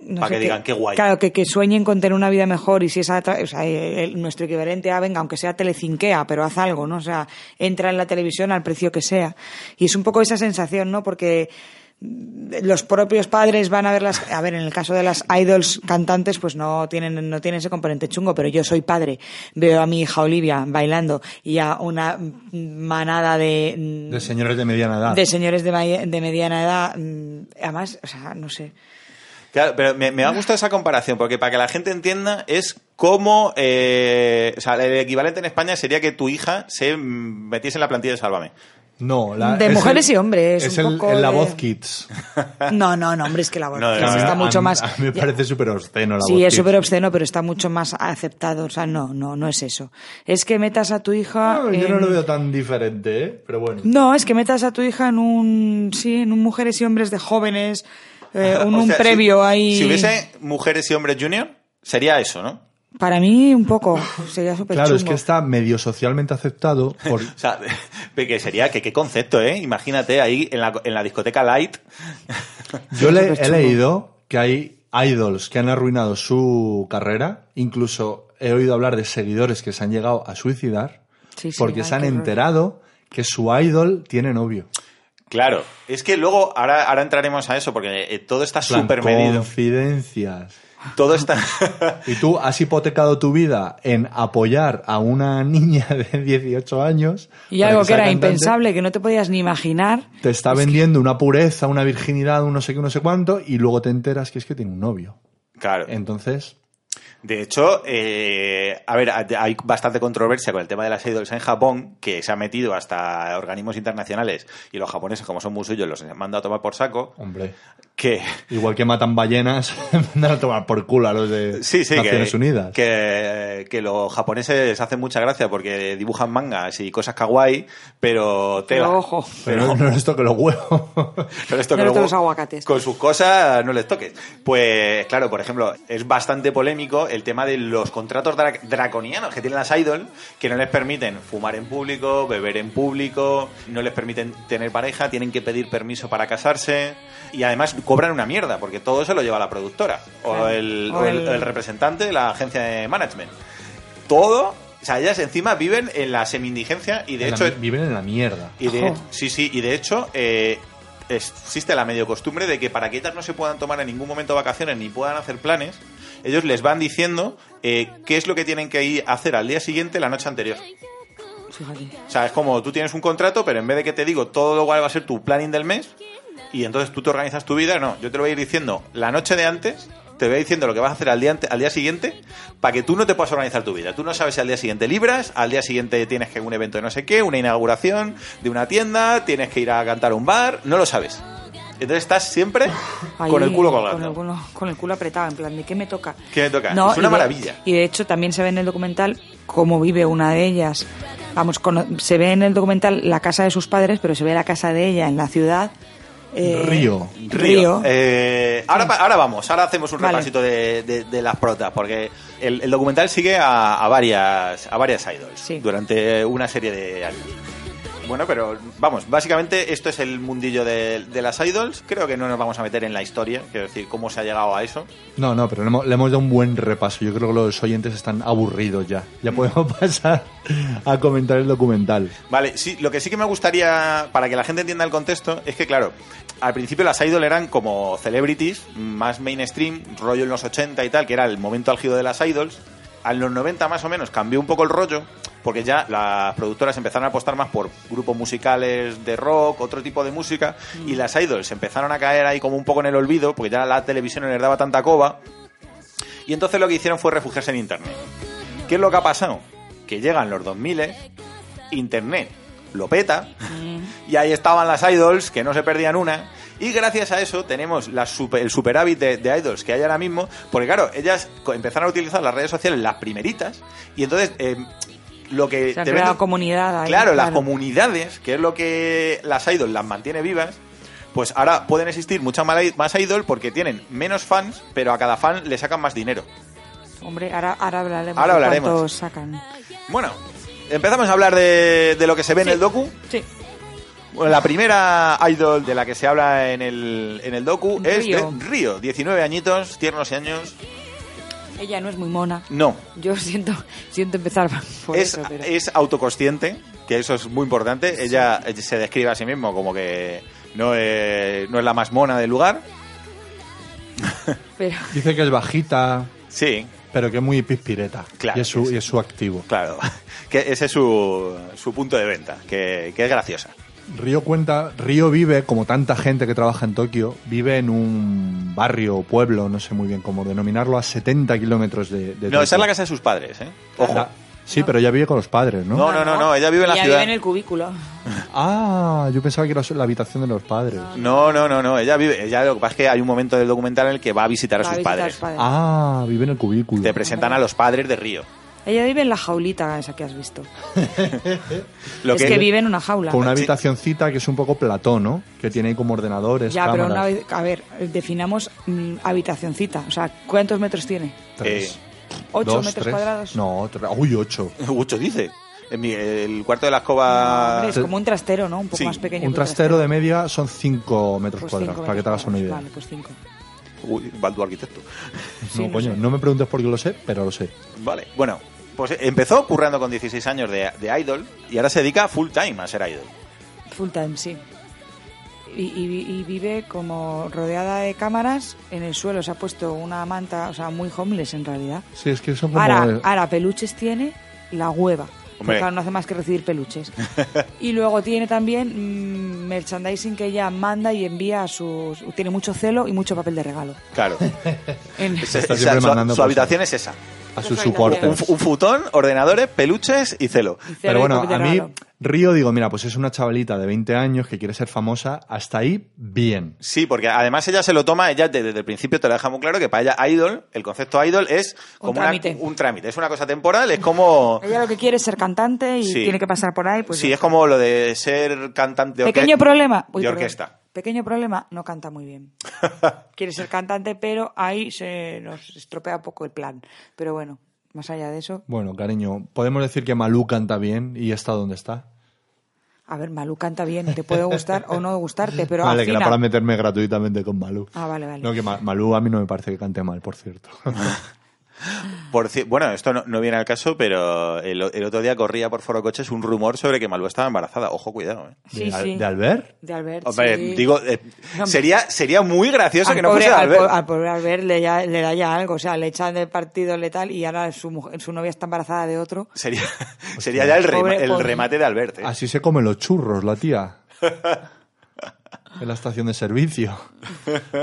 no
Para
sé
que digan, "Qué guay".
claro que, que sueñen con tener una vida mejor y si es atra- o sea, eh, el- nuestro equivalente a venga aunque sea telecinquea pero haz algo no o sea entra en la televisión al precio que sea y es un poco esa sensación no porque los propios padres van a ver las a ver en el caso de las idols cantantes pues no tienen no tienen ese componente chungo pero yo soy padre veo a mi hija Olivia bailando y a una manada de
De señores de mediana edad.
de señores de, mai- de mediana edad mm, además o sea no sé
Claro, pero me, me ha gustado esa comparación, porque para que la gente entienda es como... eh, o sea, el equivalente en España sería que tu hija se mm, metiese en la plantilla de Sálvame.
No, la-
De
es
mujeres
el-
y hombres,
Es el,
un poco
el la
de-
voz kids.
no no no hombre es (laughs)
(laughs)
que la voz
No,
kids
no,
está
A-
mucho
a-
más
A mí me parece súper obsceno la voz
Sí, es
kids.
súper obsceno, pero está mucho más aceptado. O sea, no, no, no es eso. Es que metas a tu hija.
No, Yo no
en-
lo veo tan diferente, ¿eh? Pero bueno.
em, No, es que metas a tu hija en un, sí, en un mujeres y hombres de jóvenes, eh,
(laughs)
un,
O
un
sea, si-
previo ahí.
Si hubiese mujeres y hombres junior, sería eso, ¿no?
Para mí un poco, sería súper
Claro, es que está medio socialmente aceptado
(laughs)
por...
O sea, que sería, que qué concepto, ¿eh? Imagínate ahí en la, en la discoteca Light.
Yo le- he
superchungo.
leído que hay idols que han arruinado su carrera, incluso he oído hablar de seguidores que se han llegado a suicidar
Sí, sí,
porque
ay,
se han
qué horror.
enterado que su idol tiene novio.
Claro, es que luego, ahora, ahora entraremos a eso, porque eh, todo está súper medido.
Confidencias.
Todo está... (laughs)
Y tú has hipotecado tu vida en apoyar a una niña de 18 años.
Y
para
algo que
sea
era
cantante.
impensable, que no te podías ni imaginar.
Te está vendiendo una pureza, una virginidad, un no sé qué, un no sé cuánto, y luego te enteras que es que tiene un novio.
Claro.
Entonces,
De hecho, eh, a ver, a- hay bastante controversia con el tema de las idols en Japón, que se ha metido hasta organismos internacionales y los japoneses, como son muy suyos, los han mandado a tomar por saco.
hombre,
Que (laughs)
igual que matan ballenas, (laughs) mandan a tomar por culo a los de
sí, sí,
Naciones
que,
Unidas.
Que, que los japoneses hacen mucha gracia porque dibujan mangas y cosas kawaii, pero tela.
Pero ojo.
(laughs)
Pero no, no es esto que los huevos.
Pero esto que
No le
luego
toques aguacates.
Con sus cosas no les toques. Pues claro, por ejemplo, es bastante polémico el tema de los contratos dra- draconianos que tienen las idol, que no les permiten fumar en público, beber en público, no les permiten tener pareja, tienen que pedir permiso para casarse y además cobran una mierda porque todo eso lo lleva la productora o,
Claro.
el,
O
o el-
el-
el representante de la agencia de management. Todo, o sea, ellas encima viven en la semi-indigencia y de
En la-
hecho
viven en la mierda.
y de,
Ajá.
sí, sí, y de hecho, eh, existe la medio costumbre de que para que ellas no se puedan tomar en ningún momento vacaciones ni puedan hacer planes, ellos les van diciendo eh, qué es lo que tienen que ir a hacer al día siguiente, la noche anterior.
Fíjate.
O sea, es como tú tienes un contrato, pero en vez de que te digo todo lo cual va a ser tu planning del mes, y entonces tú te organizas tu vida, no, yo te lo voy a ir diciendo la noche de antes, te voy a ir diciendo lo que vas a hacer al día, ante- al día siguiente, para que tú no te puedas organizar tu vida. Tú no sabes si al día siguiente libras, al día siguiente tienes que ir a un evento de no sé qué, una inauguración de una tienda, tienes que ir a cantar a un bar, no lo sabes. Entonces estás siempre
Ahí,
con el culo
Con el
colgando.
culo, con el culo apretado, en plan, ¿de qué me toca?
¿Qué me toca? Es una
y de-
maravilla.
Y de hecho también se ve en el documental cómo vive una de ellas. Vamos, cono- se ve en el documental la casa de sus padres, pero se ve la casa de ella en la ciudad. eh,
Río.
Río.
Eh, ahora, pa- ahora vamos, ahora hacemos un
Vale.
repasito de, de- de las protas, porque el, el documental sigue a, a varias a varias idols
Sí.
durante una serie de años. Bueno, pero vamos, básicamente esto es el mundillo de, de las idols. Creo que no nos vamos a meter en la historia, quiero decir, cómo se ha llegado a eso.
No, no, pero le hemos, le hemos dado un buen repaso. Yo creo que los oyentes están aburridos ya. Ya podemos (laughs) pasar a comentar el documental.
Vale, sí, lo que sí que me gustaría, para que la gente entienda el contexto, es que, claro, al principio las idol eran como celebrities, más mainstream, rollo en los 80 y tal, que era el momento álgido de las idols. A los 90 más o menos cambió un poco el rollo, porque ya las productoras empezaron a apostar más por grupos musicales de rock, otro tipo de música, y las idols empezaron a caer ahí como un poco en el olvido, porque ya la televisión no les daba tanta coba, y entonces lo que hicieron fue refugiarse en Internet. ¿Qué es lo que ha pasado? Que llegan los 2000, Internet lo peta, y ahí estaban las idols, que no se perdían una, y gracias a eso tenemos la super- el superávit de, de idols que hay ahora mismo, porque claro, ellas co- empezaron a utilizar las redes sociales, las primeritas, y entonces... eh, lo que
Se ha
te
creado
venden-
comunidad ahí,
claro, las
claro.
comunidades, que es lo que las idols las mantiene vivas, pues ahora pueden existir muchas mala- más idols porque tienen menos fans, pero a cada fan le sacan más dinero.
Hombre, ahora, ahora hablaremos.
Ahora
de
hablaremos.
cuántos sacan.
Bueno, empezamos a hablar de, de lo que se ve en el docu.
Sí.
Bueno, la primera idol de la que se habla en el, en el docu es de
Río.
Río, 19 añitos, tiernos y años.
Ella no es muy mona.
No,
Yo siento, siento empezar por
es, eh,
eso, pero...
es autoconsciente, que eso es muy importante. Ella eh, se describe a sí mismo como que no es, no es la más mona del lugar.
pero-
Dice que es bajita,
Sí,
pero que es muy pispireta.
Claro,
y, es su,
sí.
y es su activo.
claro. (laughs) Que ese es su, su punto de venta, que, que es graciosa.
Río cuenta, Río vive, como tanta gente que trabaja en Tokio, vive en un barrio o pueblo, no sé muy bien cómo denominarlo, a 70 kilómetros de, de
No, esa es la
Tokio.
casa de sus padres, ¿eh? Ojo.
La- sí, pero ella vive con los padres, ¿no?
No, no, no, no, ella vive en la
Ella
ciudad.
vive en el cubículo.
Ah, yo pensaba que era su- la habitación de los padres.
No, no, no, no. Ella vive. Ella lo que pasa es que hay un momento del documental en el que va a visitar a
Va
sus
visitar
padres.
sus padres.
Ah, vive en el cubículo.
Te presentan a los padres de Río.
Ella vive en la jaulita esa que has visto.
Lo
es que,
(laughs)
vive en una jaula.
Con una habitacioncita que es un poco platón, ¿no? Que tiene ahí como ordenadores,
Ya, pero
cámaras.
una habi- a ver, definamos mm, habitacioncita. O sea, ¿cuántos metros tiene?
Tres,
Eh, ¿Ocho
dos,
metros
tres.
cuadrados?
No, tre- uy, ocho.
Mucho dice. En mi- el cuarto de la
No,
escoba.
hombre, es como un trastero, ¿no? Un poco
Ah. Sí,
más pequeño.
Un
que
trastero de media son cinco metros
Pues
cuadrados,
cinco
para que te hagas una idea.
Vale, pues cinco.
Uy, va tu arquitecto.
sí,
no,
no
coño,
sé.
no me preguntes por qué lo sé, pero lo sé.
Vale. Bueno, Pues empezó currando con 16 años de, de idol y ahora se dedica full time a ser idol.
Full time, sí. Y, y- y vive como rodeada de cámaras en el suelo. Se ha puesto una manta, o sea, muy homeless en realidad.
Sí, es que son como...
Ahora, ahora peluches tiene la hueva.
Hombre.
Porque claro, no hace más que
(laughs)
recibir peluches. y luego tiene también mm, merchandising que ella manda y envía a sus... Tiene mucho celo y mucho papel de regalo.
(laughs)
Claro.
En-
Esa-
Está
esa-
siempre
su-
mandando
su
cosas.
habitación es esa.
a sus
Un,
soportes.
fu- un futón, ordenadores, peluches y celo.
y celo
Pero
y
bueno,
papel de
a mí
regalo.
Río digo, mira, pues es una chavalita de 20 años que quiere ser famosa, hasta ahí bien.
Sí, porque además ella se lo toma, ella de- desde el principio te lo deja muy claro que para ella idol, el concepto idol es
Un
como una-
trámite.
un trámite, es una cosa temporal, es como...
Ella lo que quiere es ser cantante y
Sí.
tiene que pasar por ahí. Pues
sí, es como lo de ser cantante de orque-
Pequeño problema. Uy,
de
perdón.
orquesta.
Pequeño problema, no canta muy
(laughs)
bien. Quiere ser cantante, pero ahí se nos estropea un poco el plan. Pero bueno, más allá de eso,
Bueno, cariño, podemos decir que Malú canta bien y está donde está.
a ver, Malú canta bien, te puede gustar o no gustarte, pero
vale, que
afina.
era para meterme gratuitamente con Malú.
Ah, vale, vale.
No, que Ma- Malú a mí no me parece que cante mal, por cierto.
Por ci- bueno, esto no, no viene al caso, pero el, o- el otro día corría por Foro Coches un rumor sobre que Malú estaba embarazada. Ojo, cuidado. ¿eh?
(laughs) Sí,
de, Al-
sí.
de Albert?
De Albert,
Hombre,
sí.
digo, eh,
Hombre.
sería, sería muy gracioso
Al
que no
pobre,
fuese
al
Albert.
po- al pobre Albert le, ya- le da ya algo, o sea, le echan del partido letal y ahora su, mujer- su novia está embarazada de otro.
Sería, (laughs) sería ya el, rema-
Pobre,
el
pobre.
remate de Albert. ¿eh?
Así se comen los churros,
(laughs)
la tía. en la estación de servicio.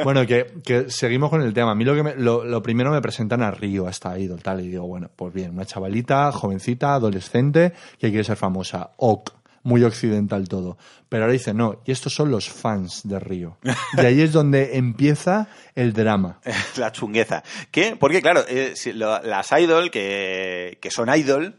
Bueno, que, que seguimos con el tema. A mí lo, que me- lo, lo primero me presentan a Río, a esta idol, tal, y digo, bueno, pues bien, una chavalita, jovencita, adolescente, que quiere ser famosa. Ok, muy occidental todo. Pero ahora dice, no, y estos son los fans de Río. Y ahí es donde empieza
(laughs)
el drama.
la chungueza. ¿Qué? Porque, claro, eh, si lo- las idol, que, que son idol,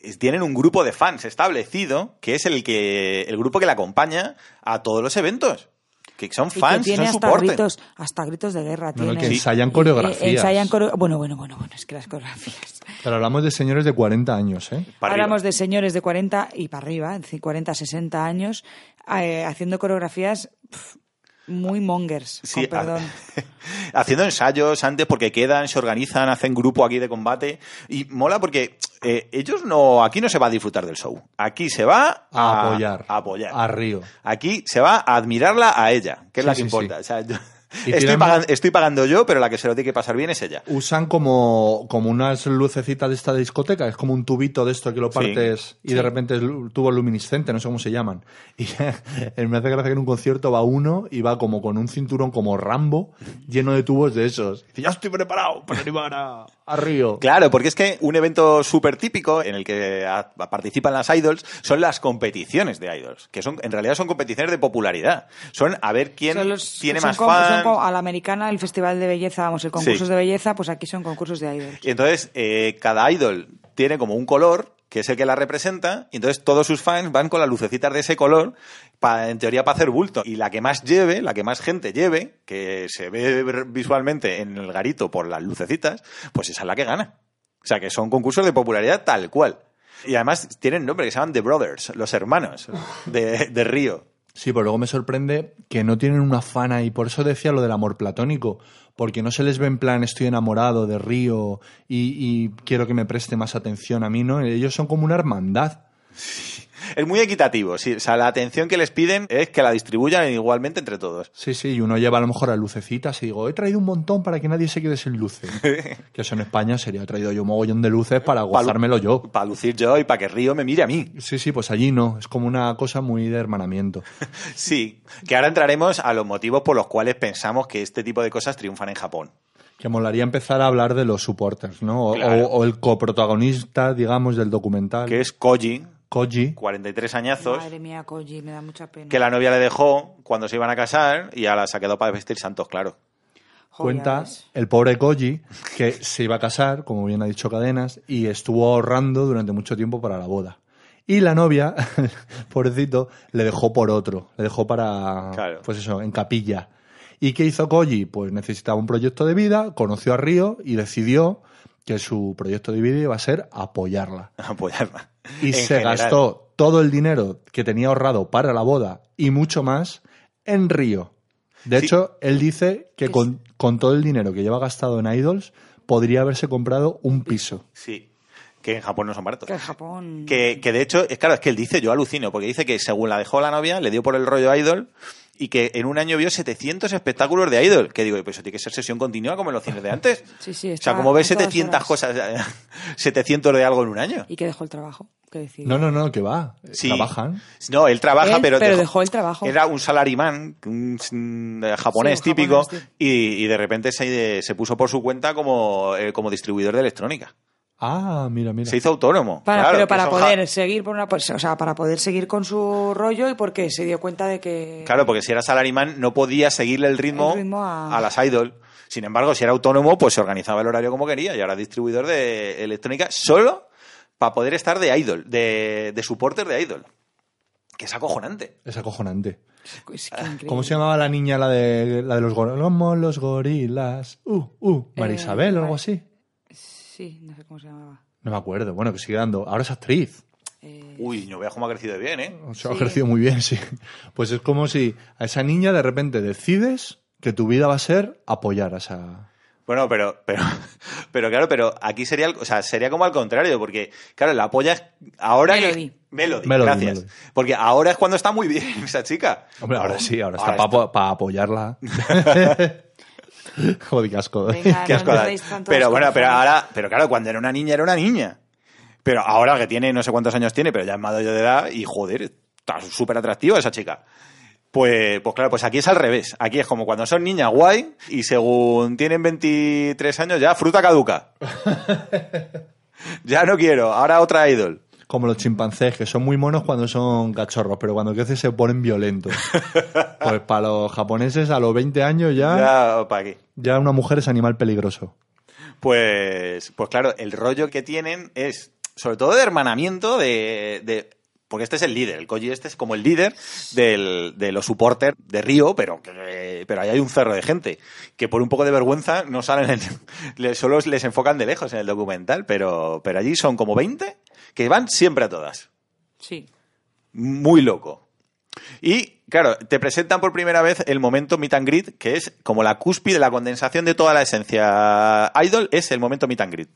eh, tienen un grupo de fans establecido, que es el que el grupo que la acompaña a todos los eventos. Que son
Y que
fans,
tiene
son
hasta
soporte.
gritos, hasta gritos de guerra
No, no,
tiene.
que ensayan
Y- y-
coreografías.
ensayan coreo- bueno, bueno, bueno, bueno, es que las coreografías.
Pero hablamos de señores de 40 años, ¿eh?
Para
Hablamos
arriba.
de señores de 40 y para arriba, en 40, 60 años, eh, haciendo coreografías pf, muy mongers,
Sí,
con perdón.
ha- (laughs) haciendo ensayos antes porque quedan, se organizan, hacen grupo aquí de combate. Y mola porque eh, ellos no, aquí no se va a disfrutar del show. Aquí se va
A apoyar.
A apoyar.
A Río.
Aquí se va a admirarla a ella, que es
Sí,
la que
sí,
importa.
sí.
O sea, yo-
Y
(laughs) estoy,
tiran-
pagan- estoy pagando yo, pero la que se lo tiene que pasar bien es ella.
usan como, como unas lucecitas de esta discoteca, es como un tubito de esto que lo partes y de repente es lu- tubo luminiscente, no sé cómo se llaman. Y (laughs) eh, me hace gracia que en un concierto va uno y va como con un cinturón como Rambo lleno de tubos de esos. Y dice, ya estoy preparado para animar a, a Río.
Claro, porque es que un evento súper típico en el que a- participan las idols son las competiciones de idols, que son en realidad son competiciones de popularidad. Son a ver quién
Son los-
tiene
son
más
con- son
fans.
como a la americana, el festival de belleza, vamos, el concurso
Sí.
de belleza, pues aquí son concursos de idol.
Y entonces, eh, cada idol tiene como un color, que es el que la representa, y entonces todos sus fans van con las lucecitas de ese color, pa- en teoría para hacer bulto. Y la que más lleve, la que más gente lleve, que se ve ver- visualmente en el garito por las lucecitas, pues esa es la que gana. O sea, que son concursos de popularidad tal cual. Y además tienen nombre, que se llaman The Brothers, los hermanos de, de Río.
Sí, pero luego me sorprende que no tienen una fana y por eso decía lo del amor platónico, porque no se les ve en plan estoy enamorado de Río y, y quiero que me preste más atención a mí, ¿no? Ellos son como una hermandad.
Es muy equitativo, sí. O sea, la atención que les piden es que la distribuyan igualmente entre todos.
Sí, sí, y uno lleva a lo mejor a lucecitas y digo, he traído un montón para que nadie se quede sin
(laughs)
luces. que eso en España sería, he traído yo un mogollón de luces para gozármelo yo.
Para lucir yo y para que Río me mire a mí.
Sí, sí, pues allí no, es como una cosa muy de hermanamiento.
Sí, que ahora entraremos a los motivos por los cuales pensamos que este tipo de cosas triunfan en Japón.
Que molaría empezar a hablar de los supporters, ¿no? O,
Claro.
o- o el coprotagonista, digamos, del documental,
Que es Koji,
Koji.
43 añazos,
Madre mía, Koji, me da mucha pena.
que la novia le dejó cuando se iban a casar y ahora se ha quedado para vestir santos, claro. (laughs)
Jo, ya
cuenta
ves.
el pobre Koji que se iba a casar, como bien ha dicho Cadenas, y estuvo ahorrando durante mucho tiempo para la boda. Y la novia, (laughs) pobrecito, le dejó por otro, le dejó para,
Claro.
pues eso, en capilla. ¿Y qué hizo Koji? Pues necesitaba un proyecto de vida, conoció a Río y decidió que su proyecto de vida iba a ser apoyarla.
Apoyarla.
Y
Pues, En
se
general.
gastó todo el dinero que tenía ahorrado para la boda y mucho más en Río. De
Sí.
hecho, él dice que con, con todo el dinero que lleva gastado en Idols podría haberse comprado un piso.
Sí. que en Japón no son baratos.
Que en Japón.
Que, que de hecho, es claro, es que él dice, yo alucino, porque dice que según la dejó la novia, le dio por el rollo Idol y que en un año vio 700 espectáculos de Idol. Que digo, pues eso tiene que ser sesión continua como en los cines de antes.
(laughs) Sí, sí,
O
está
sea, como ves
a todas
700
horas.
cosas, (laughs) 700 de algo en un año.
Y que dejó el trabajo. ¿Qué decir?
No, no, no, que va.
Sí.
Trabajan.
No, él trabaja,
Él,
pero,
pero dejó el trabajo.
Era un salarimán, un mm, eh, japonés
Sí, un
típico,
japonés, sí.
y, y de repente se, se puso por su cuenta como, eh, como distribuidor de electrónica.
Ah, mira, mira.
Se hizo autónomo.
Para,
claro,
pero
que
para
son ja-
poder seguir por una pues, o sea, para poder seguir con su rollo y porque se dio cuenta de que
Claro, porque si era salarimán no podía seguirle el ritmo,
El ritmo a-
a... las idol. Sin embargo, si era autónomo, pues se organizaba el horario como quería y ahora es distribuidor de electrónica solo para poder estar de idol, de, de supporter de idol. Que es acojonante.
Es acojonante.
es que increíble.
¿Cómo se llamaba la niña, la de, la de los gorilas? los gorilas. Uh, uh, Marisabel
Eh,
o algo
Mar-
así.
Sí, no sé cómo se llamaba.
No me acuerdo. Bueno, que sigue dando. Ahora es actriz.
Eh,
Uy, no veas cómo ha crecido de bien, ¿eh?
O sea, ha crecido muy bien, sí. Pues es como si a esa niña de repente decides que tu vida va a ser apoyar a esa...
Bueno, pero, pero, (laughs) pero claro, pero aquí sería, al- o sea, sería como al contrario, porque claro, la polla es ahora que-
Melody.
Melody,
Melody,
gracias.
Melody.
Porque ahora es cuando está muy bien (laughs) esa chica.
Hombre, ahora sí, ahora está
Ahora
para (laughs) apoyarla. Joder, qué asco. ¿eh?
Venga,
Qué asco
no
da.
dais tanto
Pero bueno,
descorazón.
pero ahora, pero claro, cuando era una niña era una niña. Pero ahora que tiene no sé cuántos años tiene, pero ya es mayor de edad y joder, está súper atractiva esa chica. Pues, pues claro, pues aquí es al revés. Aquí es como cuando son niñas guay y según tienen 23 años ya fruta caduca. ya no quiero, ahora otra idol.
Como los chimpancés, que son muy monos cuando son cachorros, pero cuando crecen se ponen (laughs) violentos. Pues para los japoneses a los 20 años ya,
Ya, ¿para qué?
ya una mujer es animal peligroso.
Pues, pues claro, el rollo que tienen es, sobre todo de hermanamiento, de, de- porque este es el líder, el Koji este es como el líder del- de los supporters de Río, pero, que- pero ahí hay un cerro de gente que por un poco de vergüenza no salen, en- le- solo les enfocan de lejos en el documental, pero, pero allí son como 20 que van siempre a todas
Sí.
muy loco. Y claro, te presentan por primera vez el momento meet and greet, que es como la cúspide, la condensación de toda la esencia idol, es el momento meet and greet.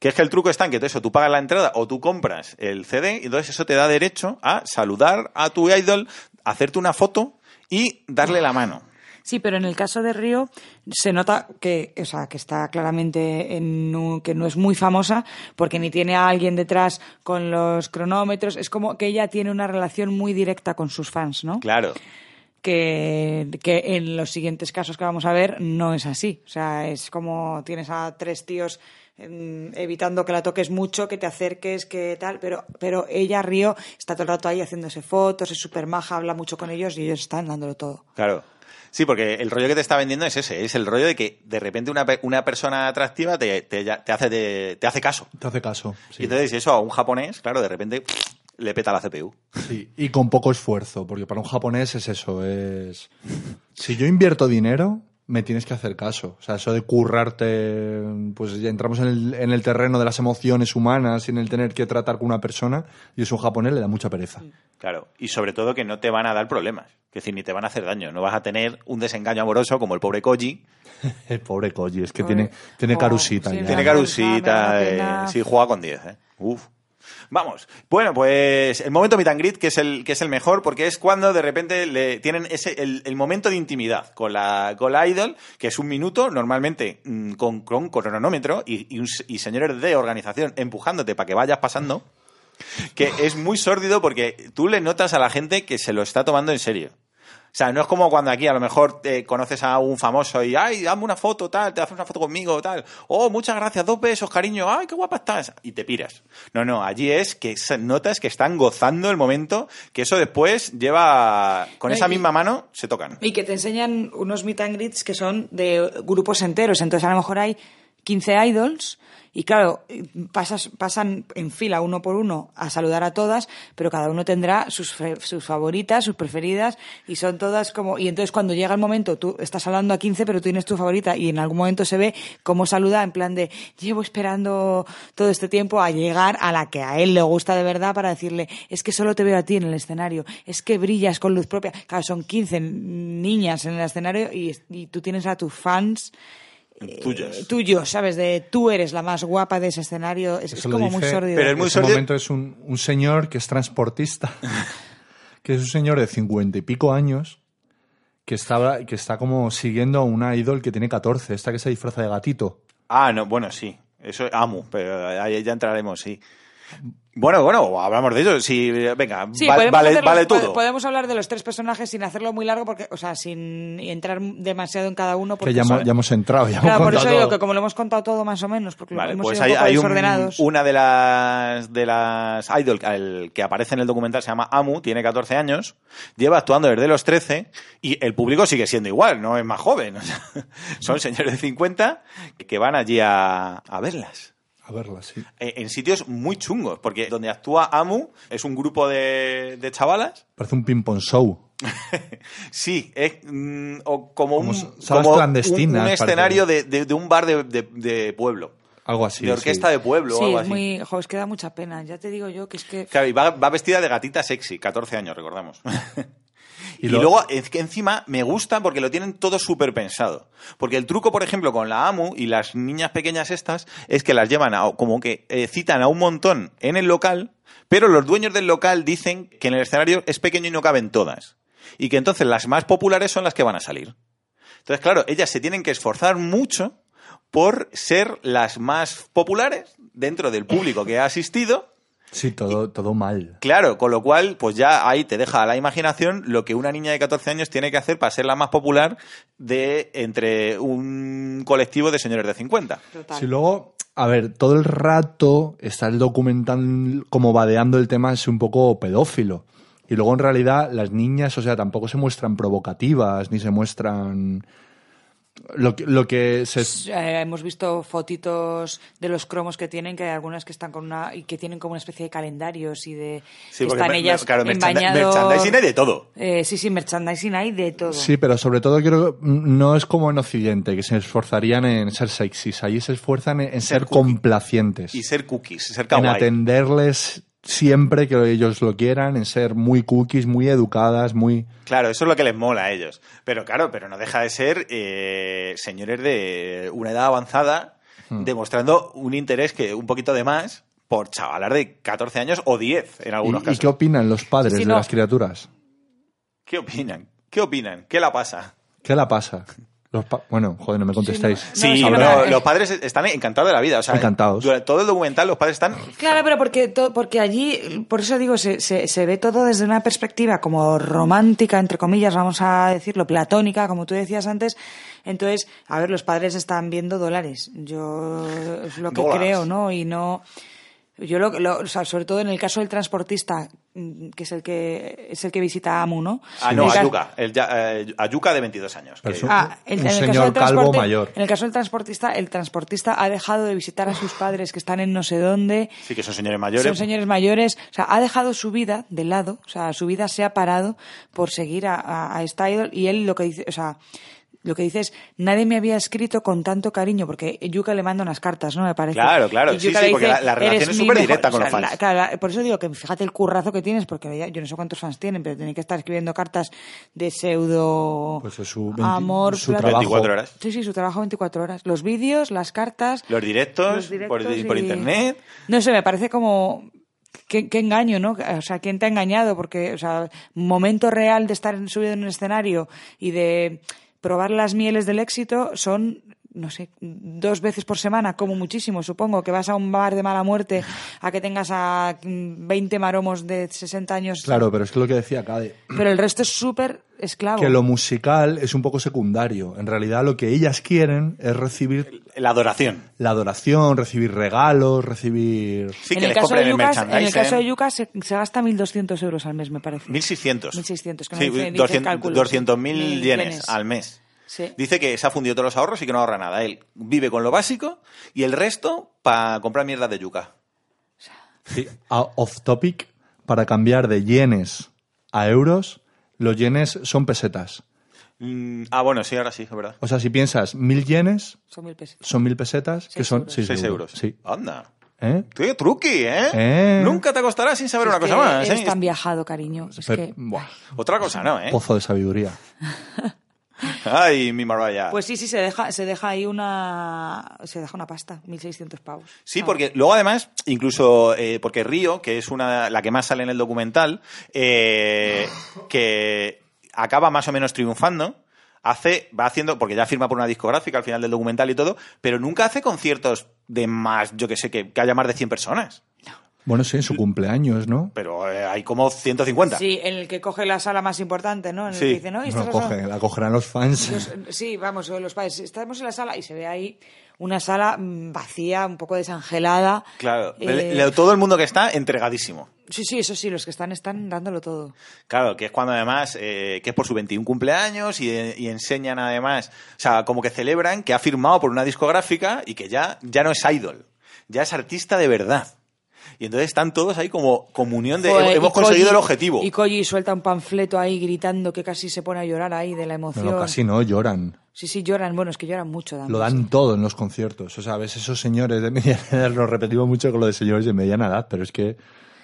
Que es que el truco está en que eso, tú pagas la entrada o tú compras el CD, y entonces eso te da derecho a saludar a tu idol, hacerte una foto y darle la mano.
Sí, pero en el caso de Río se nota que, o sea, que está claramente en un- que no es muy famosa porque ni tiene a alguien detrás con los cronómetros. Es como que ella tiene una relación muy directa con sus fans, ¿no?
Claro.
Que, que en los siguientes casos que vamos a ver no es así. O sea, es como tienes a tres tíos mm, evitando que la toques mucho, que te acerques, que tal, pero, pero ella, Río, está todo el rato ahí haciéndose fotos, es súper maja, habla mucho con ellos y ellos están dándolo todo.
Claro. Sí, porque el rollo que te está vendiendo es ese, es el rollo de que de repente una, pe- una persona atractiva te, te- te hace, te- te hace caso.
Te hace caso.
Y
Sí.
entonces eso a un japonés, claro, de repente le peta la CPU.
Sí, y con poco esfuerzo, porque para un japonés es eso, es... Si yo invierto dinero, me tienes que hacer caso. O sea, eso de currarte, pues ya entramos en el, en el terreno de las emociones humanas y en el tener que tratar con una persona, y eso a un japonés le da mucha pereza.
Claro. Y sobre todo que no te van a dar problemas. Es decir, ni te van a hacer daño. No vas a tener un desengaño amoroso como el pobre Koji.
El pobre Koji, es que
Pobre.
tiene, tiene
Oh,
carusita
sí,
ya.
Tiene
me da
carusita.
pena, me da
eh,
pena.
sí, juega con 10. eh. Uf. Vamos. Bueno, pues el momento meet and greet, que es el, que es el mejor, porque es cuando de repente le tienen ese, el, el momento de intimidad con la, con la idol, que es un minuto, normalmente mm, con, con cronómetro y, y un s- y señores de organización empujándote para que vayas pasando. que es muy sórdido porque tú le notas a la gente que se lo está tomando en serio. O sea, no es como cuando aquí a lo mejor eh, conoces a un famoso y, ay, dame una foto, tal, te haces una foto conmigo, tal. Oh, muchas gracias, dos besos, cariño, ay, qué guapa estás. Y te piras. No, no, allí es que se- notas que están gozando el momento, que eso después lleva, con
No,
esa
y-
misma mano, se tocan.
Y que te enseñan unos meet and greets que son de grupos enteros. Entonces, a lo mejor hay 15 idols y, claro, pasas, pasan en fila uno por uno a saludar a todas, pero cada uno tendrá sus, fe- sus favoritas, sus preferidas y son todas como. Y entonces, cuando llega el momento, tú estás hablando a 15, pero tú tienes tu favorita y en algún momento se ve cómo saluda en plan de llevo esperando todo este tiempo a llegar a la que a él le gusta de verdad para decirle es que solo te veo a ti en el escenario, es que brillas con luz propia. Claro, son 15 niñas en el escenario y, y tú tienes a tus fans eh,
Tuyas.
tuyos, ¿sabes? De tú eres la más guapa de ese escenario. Es, es
Eso lo
como muy
dice-
sórdido.
pero es muy
en ese
sordi-
momento es un, un señor que es transportista, (laughs) que es un señor de cincuenta y pico años, que, estaba, que está como siguiendo a una idol que tiene 14, esta que se disfraza de gatito.
Ah, no, bueno, sí. Eso amo, pero ahí ya entraremos, sí. Bueno, bueno, hablamos de eso. Sí, venga,
Sí,
va-
podemos,
vale,
hacerlo-
vale
po-
todo.
podemos hablar de los tres personajes sin hacerlo muy largo, porque, o sea, sin entrar demasiado en cada uno. Porque
Que ya, hemos-
son-
ya hemos entrado, ya
Claro,
hemos
por eso
contado
digo
todo.
que como lo hemos contado todo más o menos, porque lo
Vale,
hemos
pues
sido
hay,
un poco
hay un-
desordenados.
una de las de las idol el que aparece en el documental se llama Amu, tiene 14 años, lleva actuando desde los 13 y el público sigue siendo igual, no es más joven. (laughs) o sea, son señores de 50 que van allí a, a verlas.
A verla, sí.
eh, En sitios muy chungos, porque donde actúa Amu es un grupo de, de chavalas.
Parece un ping-pong show.
Sí, es mm, o como,
Como
un,
salas
como un-
clandestinas,
un
parece.
escenario de, de- de un bar de, de- de pueblo.
Algo así,
De orquesta
sí.
de pueblo o
Sí,
algo
es
así.
muy. Jo, es que da mucha pena. Ya te digo yo que es
Pues
que.
Claro, y va, va vestida de gatita sexy, 14 años, recordamos. y,
(laughs) Y lo-
luego, es que encima me gusta porque lo tienen todo súper pensado. Porque el truco, por ejemplo, con la AMU y las niñas pequeñas estas, es que las llevan a, como que eh, citan a un montón en el local, pero los dueños del local dicen que en el escenario es pequeño y no caben todas. Y que entonces las más populares son las que van a salir. Entonces, claro, ellas se tienen que esforzar mucho por ser las más populares dentro del público que ha asistido
Sí, todo, todo mal.
Claro, con lo cual, pues ya ahí te deja a la imaginación lo que una niña de 14 años tiene que hacer para ser la más popular de entre un colectivo de señores de 50.
Total.
Si luego, a ver, todo el rato está el documental como vadeando el tema, es un poco pedófilo. Y luego en realidad las niñas, o sea, tampoco se muestran provocativas, ni se muestran... Lo que, lo que se...
Eh, hemos visto fotitos de los cromos que tienen, que hay algunas que están con una. y que tienen como una especie de calendarios y de. que están ellas en bañador.
merchandising hay de todo.
Eh, sí, sí, merchandising hay de todo.
Sí, pero sobre todo creo que mm, no es como en Occidente, que se esforzarían en ser sexys. Allí se esfuerzan en, en
Ser
ser,
cookie.
complacientes.
Y ser cookies, ser
en
kawaii.
atenderles siempre que ellos lo quieran, en ser muy cookies, muy educadas, muy...
Claro, eso es lo que les mola a ellos. Pero claro, pero no deja de ser eh, señores de una edad avanzada
Hmm.
demostrando un interés que un poquito de más por chavalar de 14 años o 10 en
¿Y,
algunos
y
casos.
qué opinan los padres
Sí, sí,
de
no.
las criaturas?
¿Qué opinan? ¿Qué opinan? ¿Qué la pasa?
¿Qué la pasa? Los pa- bueno, joder, no me contestáis.
Sí,
Sí,
es
pero
verdad.
los padres están encantados de la vida. O sea,
Encantados.
Durante todo el documental los padres están...
Claro, pero porque, to- porque allí, por eso digo, se, se, se ve todo desde una perspectiva como romántica, entre comillas, vamos a decirlo, platónica, como tú decías antes. Entonces, a ver, los padres están viendo dólares. Yo es lo que
Dólares.
creo, ¿no? Y no. Yo lo, lo- o sea, sobre todo en el caso del transportista, mm, que es el que es el que visita a Amu, ¿no?
Ah,
En
no,
el ca-
Ayuka. El ya- eh, Ayuka de 22 años.
Pero
que-
eso-
Ah,
Un
el- en el caso
señor
del
calvo
transporte-
mayor.
En el caso del transportista, el transportista ha dejado de visitar a sus padres que están en no sé dónde.
Sí, que son señores mayores.
Son señores mayores. O sea, ha dejado su vida de lado. O sea, su vida se ha parado por seguir a, a, a esta idol. Y él lo que dice, o sea, lo que dice es, nadie me había escrito con tanto cariño, porque Yuka le manda unas cartas, ¿no? Me parece.
Claro, claro.
Y
Sí,
Yuka
sí,
le
porque
dice,
la- la relación
"Eres
es
mi
súper
mejor-".
directa con
O sea,
los fans.
la- claro, la- por eso digo que fíjate el currazo que tienes, porque ya- yo no sé cuántos fans tienen, pero tienen que estar escribiendo cartas de pseudo
Pues es su 20
amor,
su
plat-
trabajo.
24 horas.
Sí, sí, su trabajo 24 horas. Los vídeos, las cartas.
Los directos, por,
directos
por
y-
internet.
No sé, me parece como. Qué, qué engaño, ¿no? O sea, ¿quién te ha engañado? Porque, o sea, momento real de estar en- subido en un escenario y de probar las mieles del éxito son, no sé, dos veces por semana, como muchísimo, supongo, que vas a un bar de mala muerte a que tengas a mm, 20 maromos de 60 años.
Claro, pero es que lo que decía Cade,
Pero el resto es súper esclavo.
que lo musical es un poco secundario. En realidad lo que ellas quieren es recibir
La adoración.
la adoración, recibir regalos, recibir...
Sí,
en,
que
el
les
caso
compren
de
el
Yucas, en el
merchandising. ¿eh?
caso de Yucas se, se gasta 1.200 euros al mes, me parece.
1600.
1600, que no
Sí,
dice- dice el
200
cálculo,
200.000
sí.
yenes
Yenes.
al mes.
Sí.
Dice que se ha fundido todos los ahorros y que no ahorra nada. Él vive con lo básico y el resto para comprar mierda de yuca.
Sí, a- off topic, para cambiar de yenes a euros, los yenes son pesetas.
Mm, ah, bueno, sí, ahora sí, es verdad.
O sea, si piensas mil yenes,
Son 1.000 pesetas.
son mil pesetas, que
Seis
son
euros.
seis
6 euros.
Sí.
Anda.
¿Eh?
Qué truqui, ¿eh?
Eh.
Nunca te acostarás sin saber
Es
una cosa
que
más,
Eres
¿eh?
tan viajado, cariño. Es
Pero,
que...
buah,
Otra cosa no, ¿eh?
Pozo de sabiduría.
Ay, mi Mariah.
Pues sí, sí, se deja, se deja ahí una. Se deja una pasta, 1.600 pavos.
Sí,
Ah.
porque luego además, incluso eh, porque Río, que es una la que más sale en el documental, eh, que acaba más o menos triunfando, hace, va haciendo, porque ya firma por una discográfica al final del documental y todo, pero nunca hace conciertos de más, yo que sé, que, que haya más de 100 personas.
Bueno, sí, en su cumpleaños, ¿no?
Pero eh, hay como 150.
Sí, en el que coge la sala más importante, ¿no? En el
Sí.
que dice, no,
No
Estas
la
son-
cogen, la cogerán los fans.
Ah, Los- sí, vamos, los padres. Estamos en la sala y se ve ahí una sala mm, vacía, un poco desangelada.
Claro,
Eh,
le- le- todo el mundo que está entregadísimo.
sí, sí, eso sí, los que están están dándolo todo.
Claro, que es cuando además, eh, que es por su 21 cumpleaños y, y enseñan además, o sea, como que celebran que ha firmado por una discográfica y que ya, ya no es idol, ya es artista de verdad. Y entonces están todos ahí como comunión de
Joder,
hemos
Pues, y
conseguido
Koji-
el objetivo.
Y Koji suelta un panfleto ahí gritando que casi se pone a llorar ahí de la emoción.
No, no, casi no, lloran.
Sí, sí, lloran. Bueno, es que lloran mucho. Dan.
Lo dan todo en los conciertos. O sea, ves esos señores de mediana (laughs) edad, lo repetimos mucho con lo de señores de mediana edad, pero es que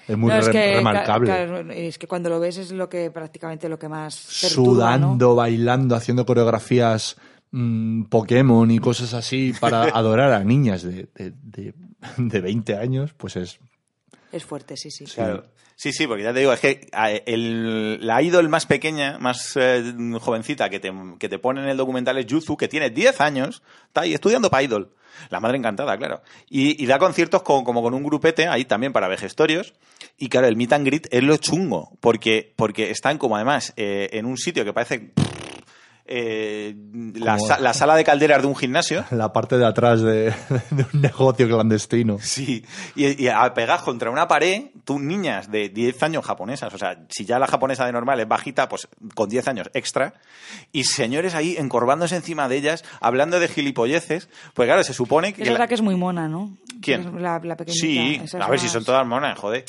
es muy
No, es
re-
que,
remarcable.
claro, claro, es que cuando lo ves es lo que prácticamente lo que más perturba, ¿no?
Sudando, bailando, haciendo coreografías mm, Pokémon y cosas así
(laughs)
para adorar a niñas de, de, de- de 20 años, pues es...
Es fuerte, sí, sí.
Claro. Sí, sí, porque ya te digo, es que a, el- la idol más pequeña, más eh, jovencita que te, que te pone en el documental es Yuzu, que tiene 10 años, está ahí estudiando para idol. La madre encantada, claro. Y, y da conciertos con- como con un grupete ahí también para vejestorios. Y claro, el meet and greet es lo chungo, porque, porque están como además eh, en un sitio que parece eh, la,
Como-
sa- la sala de calderas de un gimnasio.
La parte de atrás de, (laughs) de un negocio clandestino.
Sí, y, y a pegar contra una pared, tú niñas de 10 años japonesas, o sea, si ya la japonesa de normal es bajita, pues con 10 años extra, y señores ahí encorvándose encima de ellas, hablando de gilipolleces, pues claro, se supone que...
Es verdad
la-
que es muy mona, ¿no? Es
¿Quién?
La, la pequeñita.
Sí,
esa es
a ver
más-
si son todas monas, joder.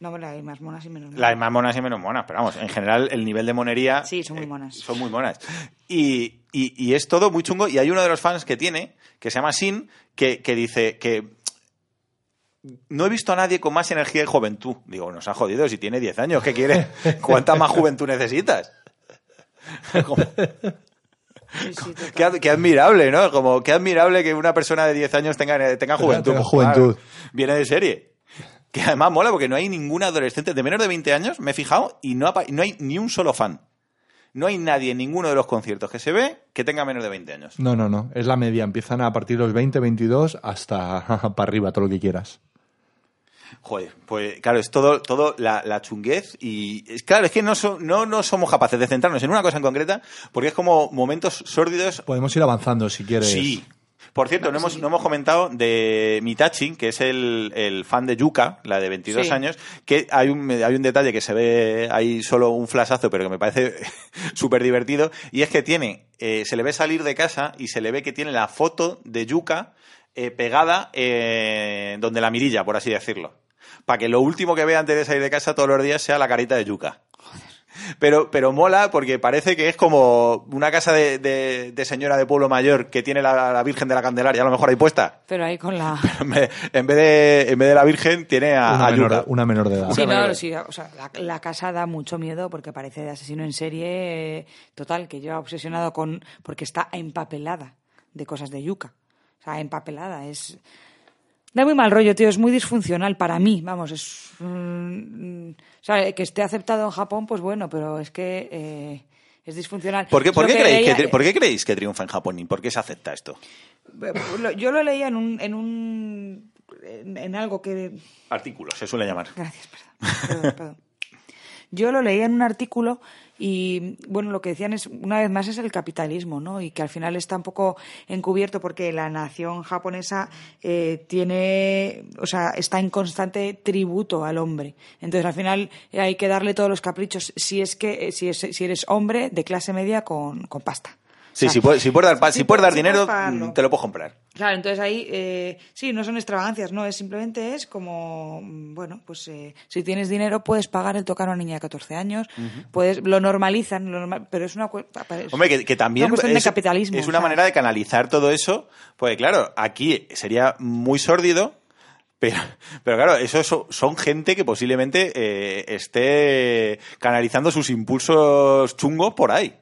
No, pero hay más monas y menos monas.
Las más monas y menos monas, pero vamos, en general el nivel de monería...
Sí, son muy
eh, (laughs)
monas.
son muy monas. Y, y- y es todo muy chungo, y hay uno de los fans que tiene, que se llama Sin, que, que dice que no he visto a nadie con más energía y juventud. Digo, nos ha jodido, si tiene 10 años, ¿qué quiere? ¿Cuánta más juventud necesitas? Como,
Sí, sí, total.
qué, ad- qué admirable, ¿no? Como qué admirable que una persona de 10 años tenga, tenga juventud.
Tenga
Pues claro,
juventud.
viene de serie. Que además mola porque no hay ningún adolescente de menos de 20 años, me he fijado, y no, apa- no hay ni un solo fan. No hay nadie en ninguno de los conciertos que se ve que tenga menos de 20 años.
No, no, no. Es la media. Empiezan a partir de los 20, 22 hasta (laughs) para arriba, todo lo que quieras.
Joder, pues claro, es todo, todo la, la chunguez y es, claro, es que no, so- no, no somos capaces de centrarnos en una cosa en concreta porque es como momentos sórdidos.
Podemos ir avanzando si quieres.
Sí. Por cierto, no hemos, no hemos comentado de Mitachi, que es el, el fan de Yuka, la de 22
Sí.
años, que hay un, hay un detalle que se ve ahí solo un flasazo, pero que me parece (laughs) súper divertido, y es que tiene, eh, se le ve salir de casa y se le ve que tiene la foto de Yuka eh, pegada eh, donde la mirilla, por así decirlo. Para que lo último que vea antes de salir de casa todos los días sea la carita de Yuka. Pero, pero mola porque parece que es como una casa de, de- de señora de pueblo mayor que tiene la, la Virgen de la Candelaria, a lo mejor ahí puesta. (laughs)
Pero ahí con la...
En vez, en vez de, en vez de la Virgen tiene a,
Una,
a
menor,
Yuka.
de- una menor de edad.
Sí,
manera.
no, sí, o sea, la, la casa da mucho miedo porque parece de asesino en serie eh, total, que lleva obsesionado con... porque está empapelada de cosas de yuca. O sea, empapelada, es... Da muy mal rollo, tío, es muy disfuncional para mí, vamos, es... mm, mm, o sea, que esté aceptado en Japón, pues bueno, pero es que eh, es disfuncional.
¿Por qué,
Es
por
lo
qué
que
creéis que,
leía- eh,
tri- por qué creéis que triunfa en Japón y por qué se acepta esto?
eh, Lo- Yo lo leía en un... En un en- en algo que
Artículos, se suele llamar.
Gracias, perdón. perdón, perdón. Yo lo leía en un artículo y, bueno, lo que decían es, una vez más, es el capitalismo, ¿no? Y que al final está un poco encubierto porque la nación japonesa eh, tiene, o sea, está en constante tributo al hombre. Entonces, al final eh, hay que darle todos los caprichos si es que, eh, si, es- si eres hombre de clase media con, con pasta.
Sí,
O sea,
si, puedes, si puedes dar, pa-
sí
si puedes dar
puedes
dinero,
pagarlo.
mm, te lo puedo comprar.
Claro, entonces ahí eh, sí, no son extravagancias, no, es simplemente es como, mm, bueno, pues eh, si tienes dinero puedes pagar el tocar a una niña de 14 años, puedes, lo normalizan, lo norma- pero es una, cu- es
Hombre, que, que también
una cuestión
es,
de capitalismo.
es una
¿sabes?
manera de canalizar todo eso. Pues claro, aquí sería muy sórdido, pero, pero claro, eso so- son gente que posiblemente eh, esté canalizando sus impulsos chungos por ahí.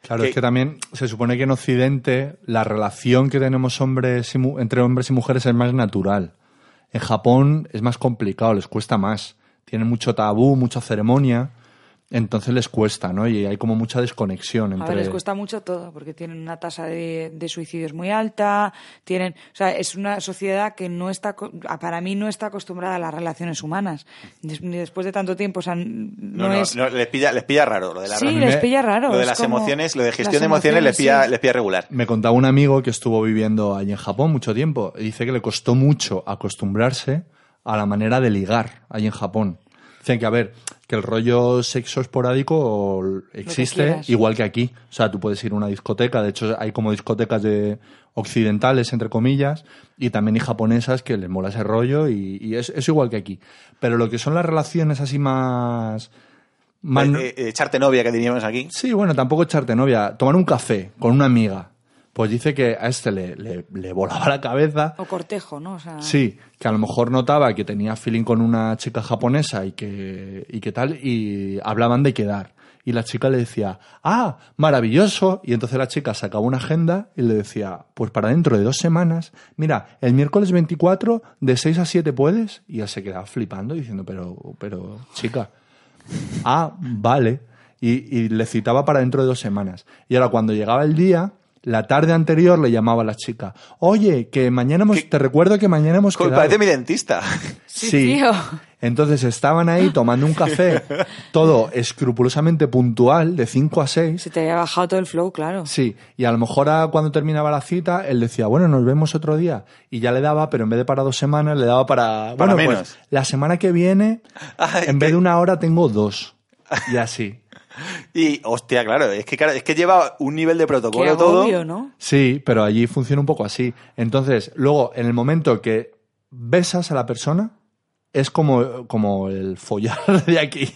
Claro,
Que-
es que también se supone que en Occidente la relación que tenemos hombres y mu- entre hombres y mujeres es más natural. En Japón es más complicado, les cuesta más. Tienen mucho tabú, mucha ceremonia, entonces les cuesta, ¿no? Y hay como mucha desconexión
A
entre...
ver, les cuesta mucho todo, porque tienen una tasa de, de suicidios muy alta, tienen, o sea, es una sociedad que no está, co- a- para mí no está acostumbrada a las relaciones humanas. Des- ni Después de tanto tiempo, o sea, n- no,
No, no,
es,
no, les, pilla, les pilla raro lo de la
sí,
relación.
les
me-
pilla raro.
Lo de
es
las
como-
emociones, lo de gestión
las
de emociones, les pilla,
sí.
les pilla regular.
Me contaba un amigo que estuvo viviendo allí en Japón mucho tiempo y dice que le costó mucho acostumbrarse a la manera de ligar allí en Japón. Dicen que, a ver, que el rollo sexo esporádico existe
quieras.
igual que aquí. O sea, tú puedes ir a una discoteca, de hecho hay como discotecas de occidentales, entre comillas, y también hay japonesas que les mola ese rollo y, y es, es igual que aquí. Pero lo que son las relaciones así más... más
Eh, eh, echarte novia que diríamos aquí.
Sí, bueno, tampoco echarte novia. Tomar un café con una amiga. Pues dice que a este le, le- le volaba la cabeza.
O cortejo, ¿no? O sea,
Sí, que a lo mejor notaba que tenía feeling con una chica japonesa y que, y que tal, y hablaban de quedar. Y la chica le decía, ah, maravilloso. Y entonces la chica sacaba una agenda y le decía, pues para dentro de dos semanas, mira, el miércoles 24, de 6 a 7 puedes. Y él se quedaba flipando diciendo, pero, pero, chica, Ah, vale. Y, y le citaba para dentro de dos semanas. Y ahora cuando llegaba el día, la tarde anterior le llamaba a la chica. Oye, que mañana hemos...
¿Qué?
Te recuerdo que mañana hemos
Joder,
quedado.
Parece mi dentista.
Sí, tío.
Entonces estaban ahí tomando un
(laughs)
café, todo escrupulosamente puntual, de 5 a 6.
Se te había bajado todo el flow, claro.
Sí, y a lo mejor a- cuando terminaba la cita, él decía, bueno, nos vemos otro día. Y ya le daba, pero en vez de para dos semanas, le daba para...
Para
bueno,
menos.
pues la semana que viene,
(laughs) (laughs) Ay,
en vez de una hora, tengo dos. Y así.
Y, hostia, claro, es que, claro, es que lleva un nivel de protocolo
Qué
todo.
agobio, ¿no?
Sí, pero allí funciona un poco así. Entonces, luego, en el momento que besas a la persona, es como, como el follar (laughs) de aquí.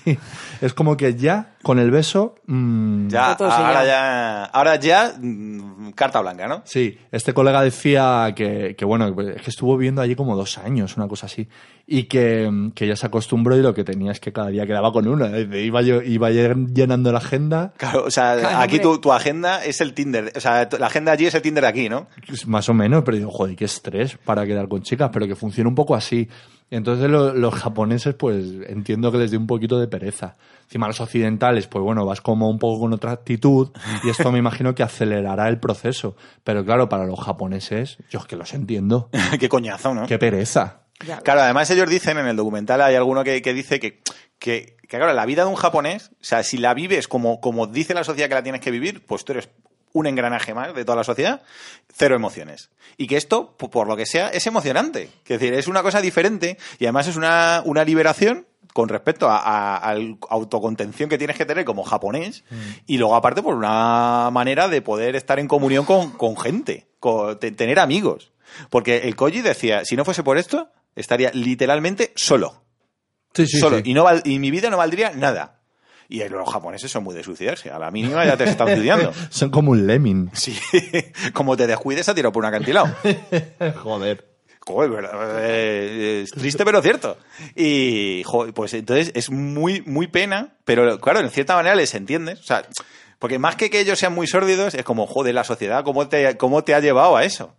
Es como que ya, con el beso... mm,
Ya,
Está todo
ahora
sellado.
ya, ahora ya, mm, carta blanca, ¿no?
Sí, este colega decía que, que, bueno, es que estuvo viviendo allí como dos años, una cosa así, y que, mm, que ya se acostumbró y lo que tenía es que cada día quedaba con una. Dice, Iba, yo- iba llenando la agenda,
Claro, o sea,
Claro,
aquí
hombre.
tu, tu agenda es el Tinder, o sea, tu- la agenda allí es el Tinder de aquí, ¿no? (laughs)
más o menos, pero digo, joder, qué estrés para quedar con chicas, pero que funciona un poco así. Entonces lo- los japoneses, pues entiendo que les dé un poquito de pereza. Encima los occidentales, pues bueno, vas como un poco con otra actitud y esto me imagino que acelerará el proceso. Pero claro, para los japoneses, yo es que los entiendo.
Qué coñazo, ¿no?
Qué pereza.
Ya.
Claro, además ellos dicen en el documental, hay alguno que, que dice que, que, que, claro, la vida de un japonés, o sea, si la vives como, como dice la sociedad que la tienes que vivir, pues tú eres un engranaje más de toda la sociedad, cero emociones. Y que esto, po- por lo que sea, es emocionante. Es decir, es una cosa diferente y además es una, una liberación con respecto a, a- al autocontención que tienes que tener como japonés
Mm.
y luego aparte por una manera de poder estar en comunión con, con gente, con- te- tener amigos. Porque el Koji decía, si no fuese por esto, estaría literalmente solo.
Sí,
solo. Y, no val- y mi vida no valdría nada. Y los japoneses son muy de suicidarse. A la mínima ya te están
(laughs)
suicidando.
Son como un lemming.
Sí, (laughs) como te descuides, a tirado por un acantilado.
Joder.
Joder, pero, eh, es triste pero cierto. Y jo, pues entonces es muy, muy pena, pero claro, en cierta manera les entiendes. O sea, porque más que que ellos sean muy sórdidos, es como, joder, la sociedad, ¿cómo te, cómo te ha llevado a eso?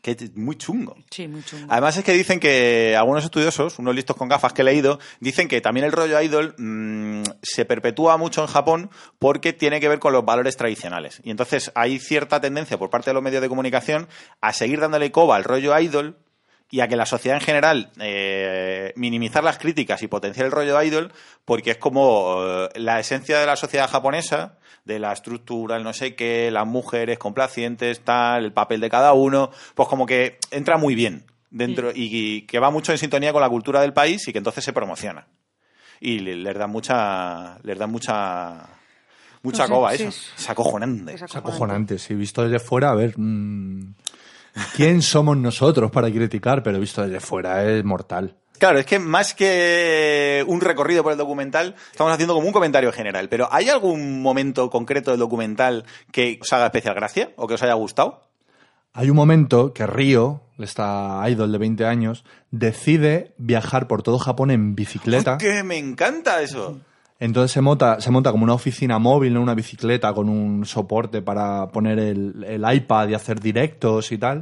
Que es muy chungo.
Sí, muy chungo.
Además es que dicen que algunos estudiosos, unos listos con gafas que he leído, dicen que también el rollo idol mm, se perpetúa mucho en Japón porque tiene que ver con los valores tradicionales. Y entonces hay cierta tendencia por parte de los medios de comunicación a seguir dándole coba al rollo idol y a que la sociedad en general eh, minimizar las críticas y potenciar el rollo idol porque es como eh, la esencia de la sociedad japonesa de la estructura, el no sé qué, las mujeres complacientes, tal, el papel de cada uno, pues como que entra muy bien dentro y, y que va mucho en sintonía con la cultura del país y que entonces se promociona. Y le- les dan mucha les dan mucha mucha
No sé,
coba a
sí,
eso.
es-
Es acojonante.
Es
Es acojonante. Si visto desde fuera, a ver. mm, ¿Quién somos nosotros para criticar? Pero visto desde fuera es mortal.
Claro, es que más que un recorrido por el documental, estamos haciendo como un comentario general. Pero ¿hay algún momento concreto del documental que os haga especial gracia o que os haya gustado?
Hay un momento que Río, esta idol de 20 años, decide viajar por todo Japón en bicicleta.
¡Que me encanta eso!
Entonces se monta, se monta como una oficina móvil, ¿no? una bicicleta con un soporte para poner el, el iPad y hacer directos y tal.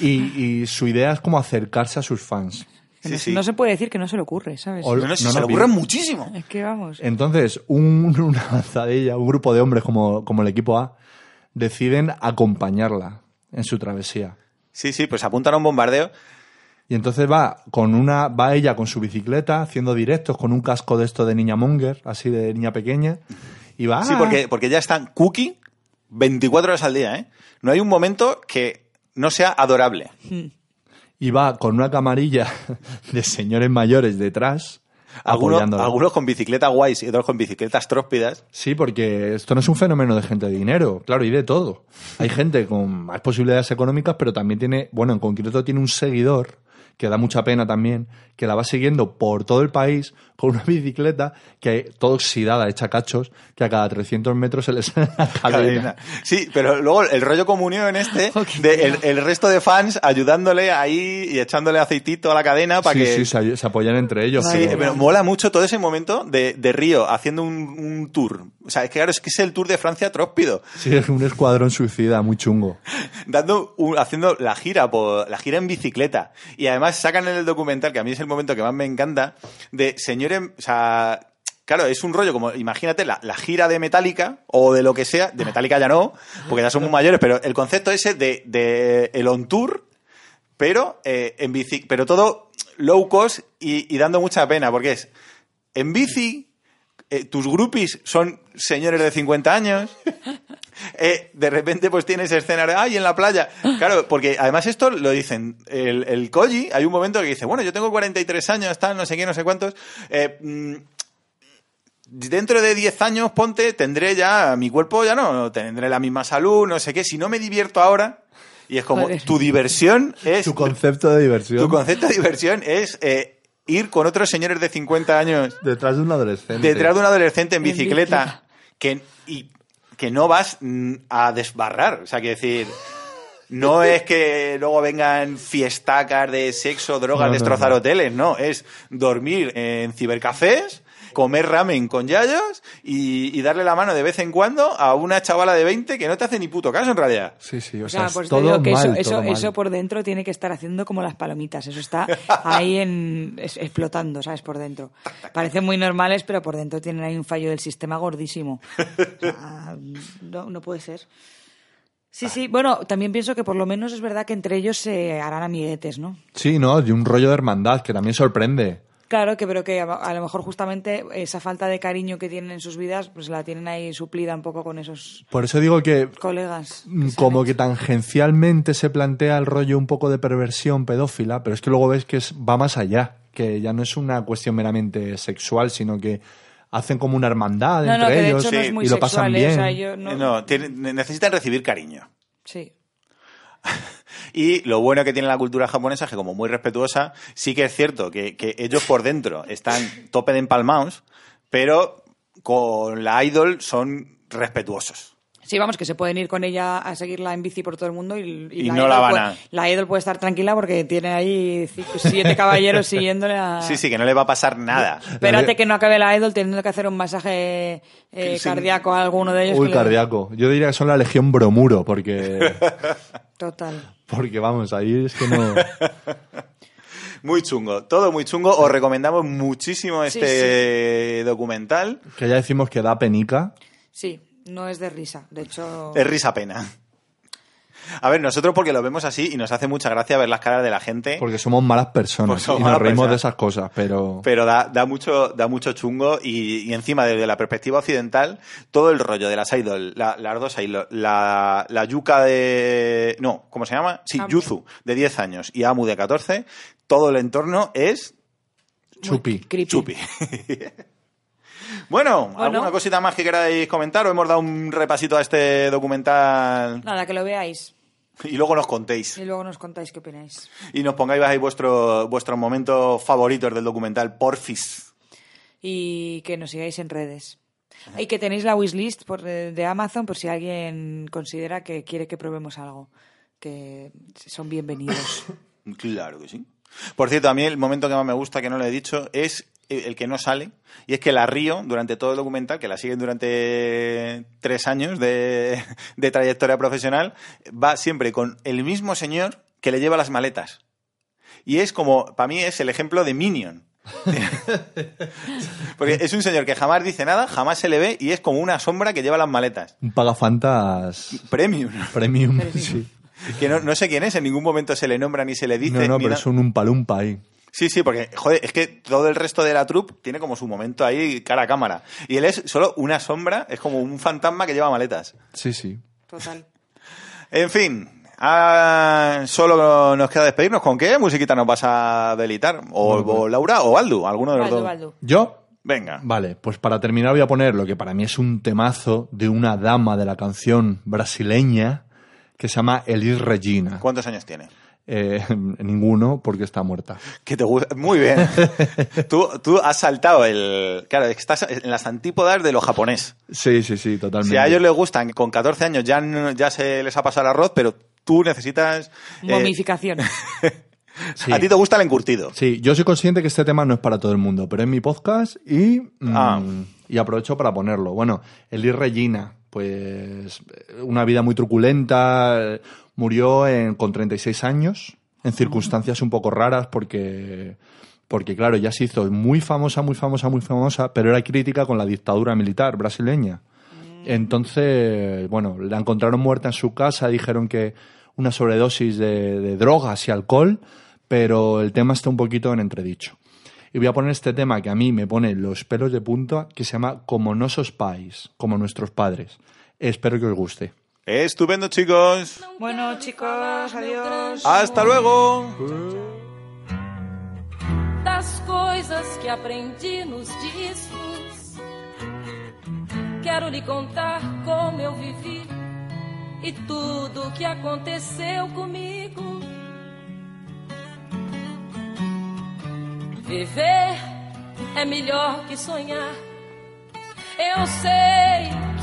Y, y su idea es como acercarse a sus fans.
Que
Sí,
no,
sí.
no se puede decir que no se le ocurre, ¿sabes?
Ol- Eh,
No, no, si
no,
se le
no, vi-
ocurren muchísimo.
Es que vamos.
Entonces, un- una avanzadilla, un grupo de hombres como, como el equipo A, deciden acompañarla en su travesía.
Sí, sí, pues apuntan a un bombardeo.
Y entonces va con una, va ella con su bicicleta, haciendo directos, con un casco de esto de niña monger, así de niña pequeña, y va.
Sí, porque, porque ya están cookie 24 horas al día, ¿eh? No hay un momento que no sea adorable.
y va con una camarilla (laughs) de señores mayores detrás,
Algunos,
apoyándola.
algunos con bicicletas guays y otros con bicicletas tróspidas.
Sí, porque esto no es un fenómeno de gente de dinero, claro, y de todo. Hay gente con más posibilidades económicas, pero también tiene, bueno, en concreto tiene un seguidor, que da mucha pena también, que la va siguiendo por todo el país con una (laughs) bicicleta que toda oxidada, hecha cachos, que a cada 300 metros se les sale la cadena.
(laughs) Cadena. Sí, pero luego el rollo comunión
(laughs)
este, de el, el resto de fans ayudándole ahí y echándole aceitito a la cadena para
sí,
que...
sí, se, ay- se apoyan entre ellos.
Sí,
pero-
pero mola mucho todo ese momento de, de Río haciendo un, un tour. O sea, es que claro, es que es el tour de Francia tróspido.
sí, es un escuadrón suicida muy chungo.
dando un- haciendo la gira por la gira en bicicleta y además sacan en el documental que a mí es el momento que más me encanta de señores o sea claro es un rollo como imagínate la, la gira de Metallica o de lo que sea de Metallica ya no porque ya son muy mayores pero el concepto ese de, de el on tour pero eh, en bici pero todo low cost y, y dando mucha pena porque es en bici eh, tus groupies son señores de 50 años (laughs) eh, de repente pues tienes escena de, ay, en la playa. Claro, porque además esto lo dicen, el, el Koji, hay un momento que dice, bueno, yo tengo 43 años, tal, no sé qué, no sé cuántos. eh, mm, Dentro de 10 años, ponte, tendré ya mi cuerpo, ya no, tendré la misma salud, no sé qué. Si no me divierto ahora, y es como,
Joder.
tu diversión es.
Tu concepto de diversión
tu concepto de diversión es eh, ir con otros señores de 50 años
detrás de un adolescente.
detrás de un adolescente en
En
bicicleta que, y, que no vas mm, a desbarrar. O sea, que decir,
(laughs)
no es que luego vengan fiestacas de sexo, drogas,
No, no,
destrozar
no.
hoteles, no. Es dormir en cibercafés, comer ramen con yayos y, y darle la mano de vez en cuando a una chavala de 20 que no te hace ni puto caso en realidad.
Sí, sí, o sea,
Claro,
es
por eso pues te
todo
digo que
mal,
eso,
todo
eso,
mal.
eso por dentro tiene que estar haciendo como las palomitas.
(laughs)
Eso está ahí en, es- explotando, ¿sabes? Por dentro. Parecen muy normales, pero por dentro tienen ahí un fallo del sistema gordísimo. Ah, no, no puede ser. Sí, sí. Bueno, también pienso que por lo menos es verdad que entre ellos se harán amiguetes, ¿no?
Sí, no, y un rollo de hermandad que también sorprende.
Claro, que pero que a, a lo mejor justamente esa falta de cariño que tienen en sus vidas, pues la tienen ahí suplida un poco con esos
Por eso digo que
colegas. que
mm,
se han
como
hecho.
que tangencialmente se plantea el rollo un poco de perversión pedófila, pero es que luego ves que es- va más allá, que ya no es una cuestión meramente sexual, sino que hacen como una hermandad
No,
entre
no, que de
ellos
hecho no es muy
y lo pasan
sexual, ¿eh?
bien.
O sea, yo no-
No, tiene- necesitan recibir cariño.
Sí.
Y lo bueno que tiene la cultura japonesa es que, como muy respetuosa, sí que es cierto que, que ellos por dentro están tope de empalmados, pero con la idol son respetuosos.
Sí, vamos, que se pueden ir con ella a seguirla en bici por todo el mundo y,
Y no la
idol
van
puede-
a-
La idol puede estar tranquila porque tiene ahí cinco, siete
(laughs)
caballeros siguiéndole a...
Sí, sí, que no le va a pasar nada.
Espérate que no acabe la idol teniendo que hacer un masaje eh,
sin-
cardíaco a alguno de ellos.
Uy,
que le-
cardíaco. Yo diría que son la legión bromuro, porque,
(laughs) Total.
porque vamos, ahí es que no...
Muy chungo, todo muy chungo. Os recomendamos muchísimo
Sí,
este documental.
Que ya decimos que da penica.
Sí, no es de risa. De hecho...
Es risa pena. A ver, nosotros porque lo vemos así y nos hace mucha gracia ver las caras de la
¿Eh?
gente.
Porque somos malas personas
Pues somos
y
malas
nos reímos
personas.
de esas cosas, pero...
Pero da, da mucho, da mucho chungo y, y encima desde la perspectiva occidental, todo el rollo de las idol, la- las dos idol, la, la yuca de... No, ¿cómo se llama? Sí,
Amu.
Yuzu, de 10 años y Amu de 14, todo el entorno es
Chupi.
creepy.
chupi. (laughs) bueno,
Bueno.
¿alguna cosita más que queráis comentar o hemos dado un repasito a este documental
Nada, que lo veáis
y luego nos contéis
y luego nos contáis qué opináis.
y nos pongáis ahí vuestro- vuestros momentos favoritos del documental, porfis.
y que nos sigáis en redes. Y que tenéis la wishlist por, eh, de Amazon por si alguien considera que quiere que probemos algo. Que son bienvenidos.
Claro que sí. Por cierto, a mí el momento que más me gusta, que no lo he dicho, es el que no sale, y es que la Río, durante todo el documental, que la siguen durante tres años de, de trayectoria profesional, va siempre con el mismo señor que le lleva las maletas. Y es como, para mí es el ejemplo de Minion. Porque es un señor que jamás dice nada, jamás se le ve y es como una sombra que lleva las maletas.
Un pagafantas
Premium.
premium. sí.
Que no, no sé quién es, en ningún momento se le nombra ni se le dice.
No, no,
ni
pero
na-
es un umpalumpa ahí.
Sí, sí, porque, joder, es que todo el resto de la troupe tiene como su momento ahí cara a cámara. Y él es solo una sombra, es como un fantasma que lleva maletas.
Sí, sí.
(coughs) Total.
En fin, ah, solo nos queda despedirnos. ¿Con qué musiquita nos vas a delitar? ¿O, o Laura o Aldu? ¿Alguno de los
Baldu,
dos?
Baldu.
Yo
Venga.
Vale, pues para terminar voy a poner lo que para mí es un temazo de una dama de la canción brasileña que se llama Elis Regina.
¿Cuántos años tiene?
Eh, (laughs) ninguno, porque está muerta.
Que te gusta. Muy bien. tú, tú has saltado el. Claro, es que estás en las antípodas de lo japonés.
Sí, sí, sí, totalmente.
Si a ellos les gustan, con 14 años ya, no- ya se les ha pasado el arroz, pero tú necesitas. eh,
Momificación.
Sí.
A ti te gusta el encurtido.
Sí, yo soy consciente que este tema no es para todo el mundo, pero es mi podcast y, mm,
Ah.
y aprovecho para ponerlo. Bueno, Elis Regina, pues eh, una vida muy truculenta, eh, murió en- con 36 años, en circunstancias un poco raras porque... Porque claro, ya se hizo muy famosa, muy famosa, muy famosa, pero era crítica con la dictadura militar brasileña. Entonces, bueno, la encontraron muerta en su casa, dijeron que una sobredosis de, de drogas y alcohol, pero el tema está un poquito en entredicho. Y voy a poner este tema que a mí me pone los pelos de punta, que se llama Como nosos pais, como nuestros padres. Espero que os guste.
Estupendo, chicos.
bueno, chicos, adiós.
Hasta luego.
das coisas que aprendi nos discos. Quero lhe contar como eu vivi e tudo o que aconteceu comigo. Viver é melhor que sonhar. Eu sei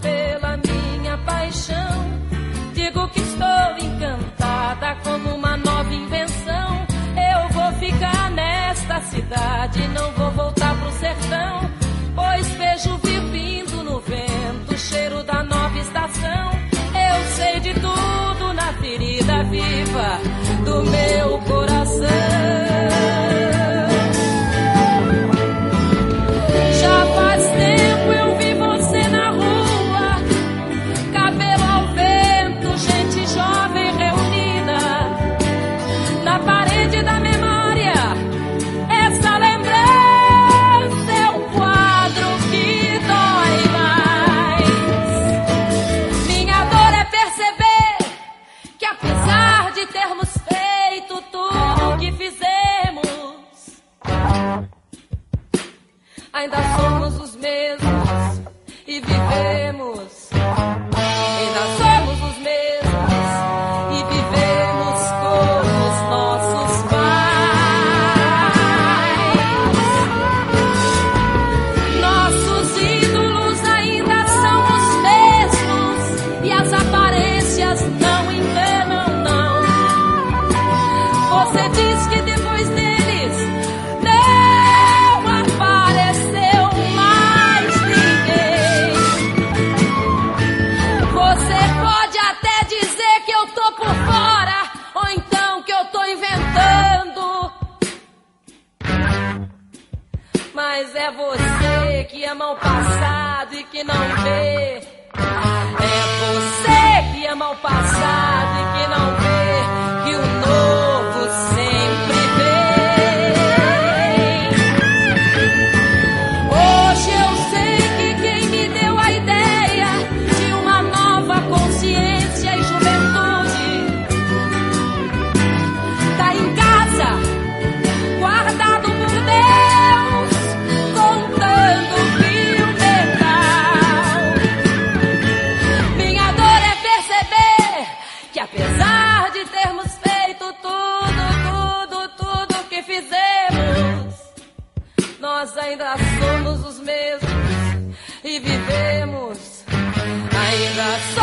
pela minha paixão. Digo que estou encantada com uma nova invenção. Eu vou ficar nesta cidade, não vou voltar pro sertão. Pois vejo vivindo no vento o cheiro da nova estação. Eu sei de tudo na ferida viva do meu coração. Já faz tempo eu vi você na rua, cabelo ao vento, gente jovem reunida. Na parede da memória, essa lembrança é o quadro que dói mais. Minha dor é perceber que apesar de termos feito tudo o que fizemos ainda somos os mesmos e vivemos. Ainda somos os mesmos e vivemos como os nossos pais. Nossos ídolos ainda são os mesmos e as aparências não enganam, não. Você diz que depois deles não apareceu mais ninguém. então, é É é Tá
sabemos. Ainda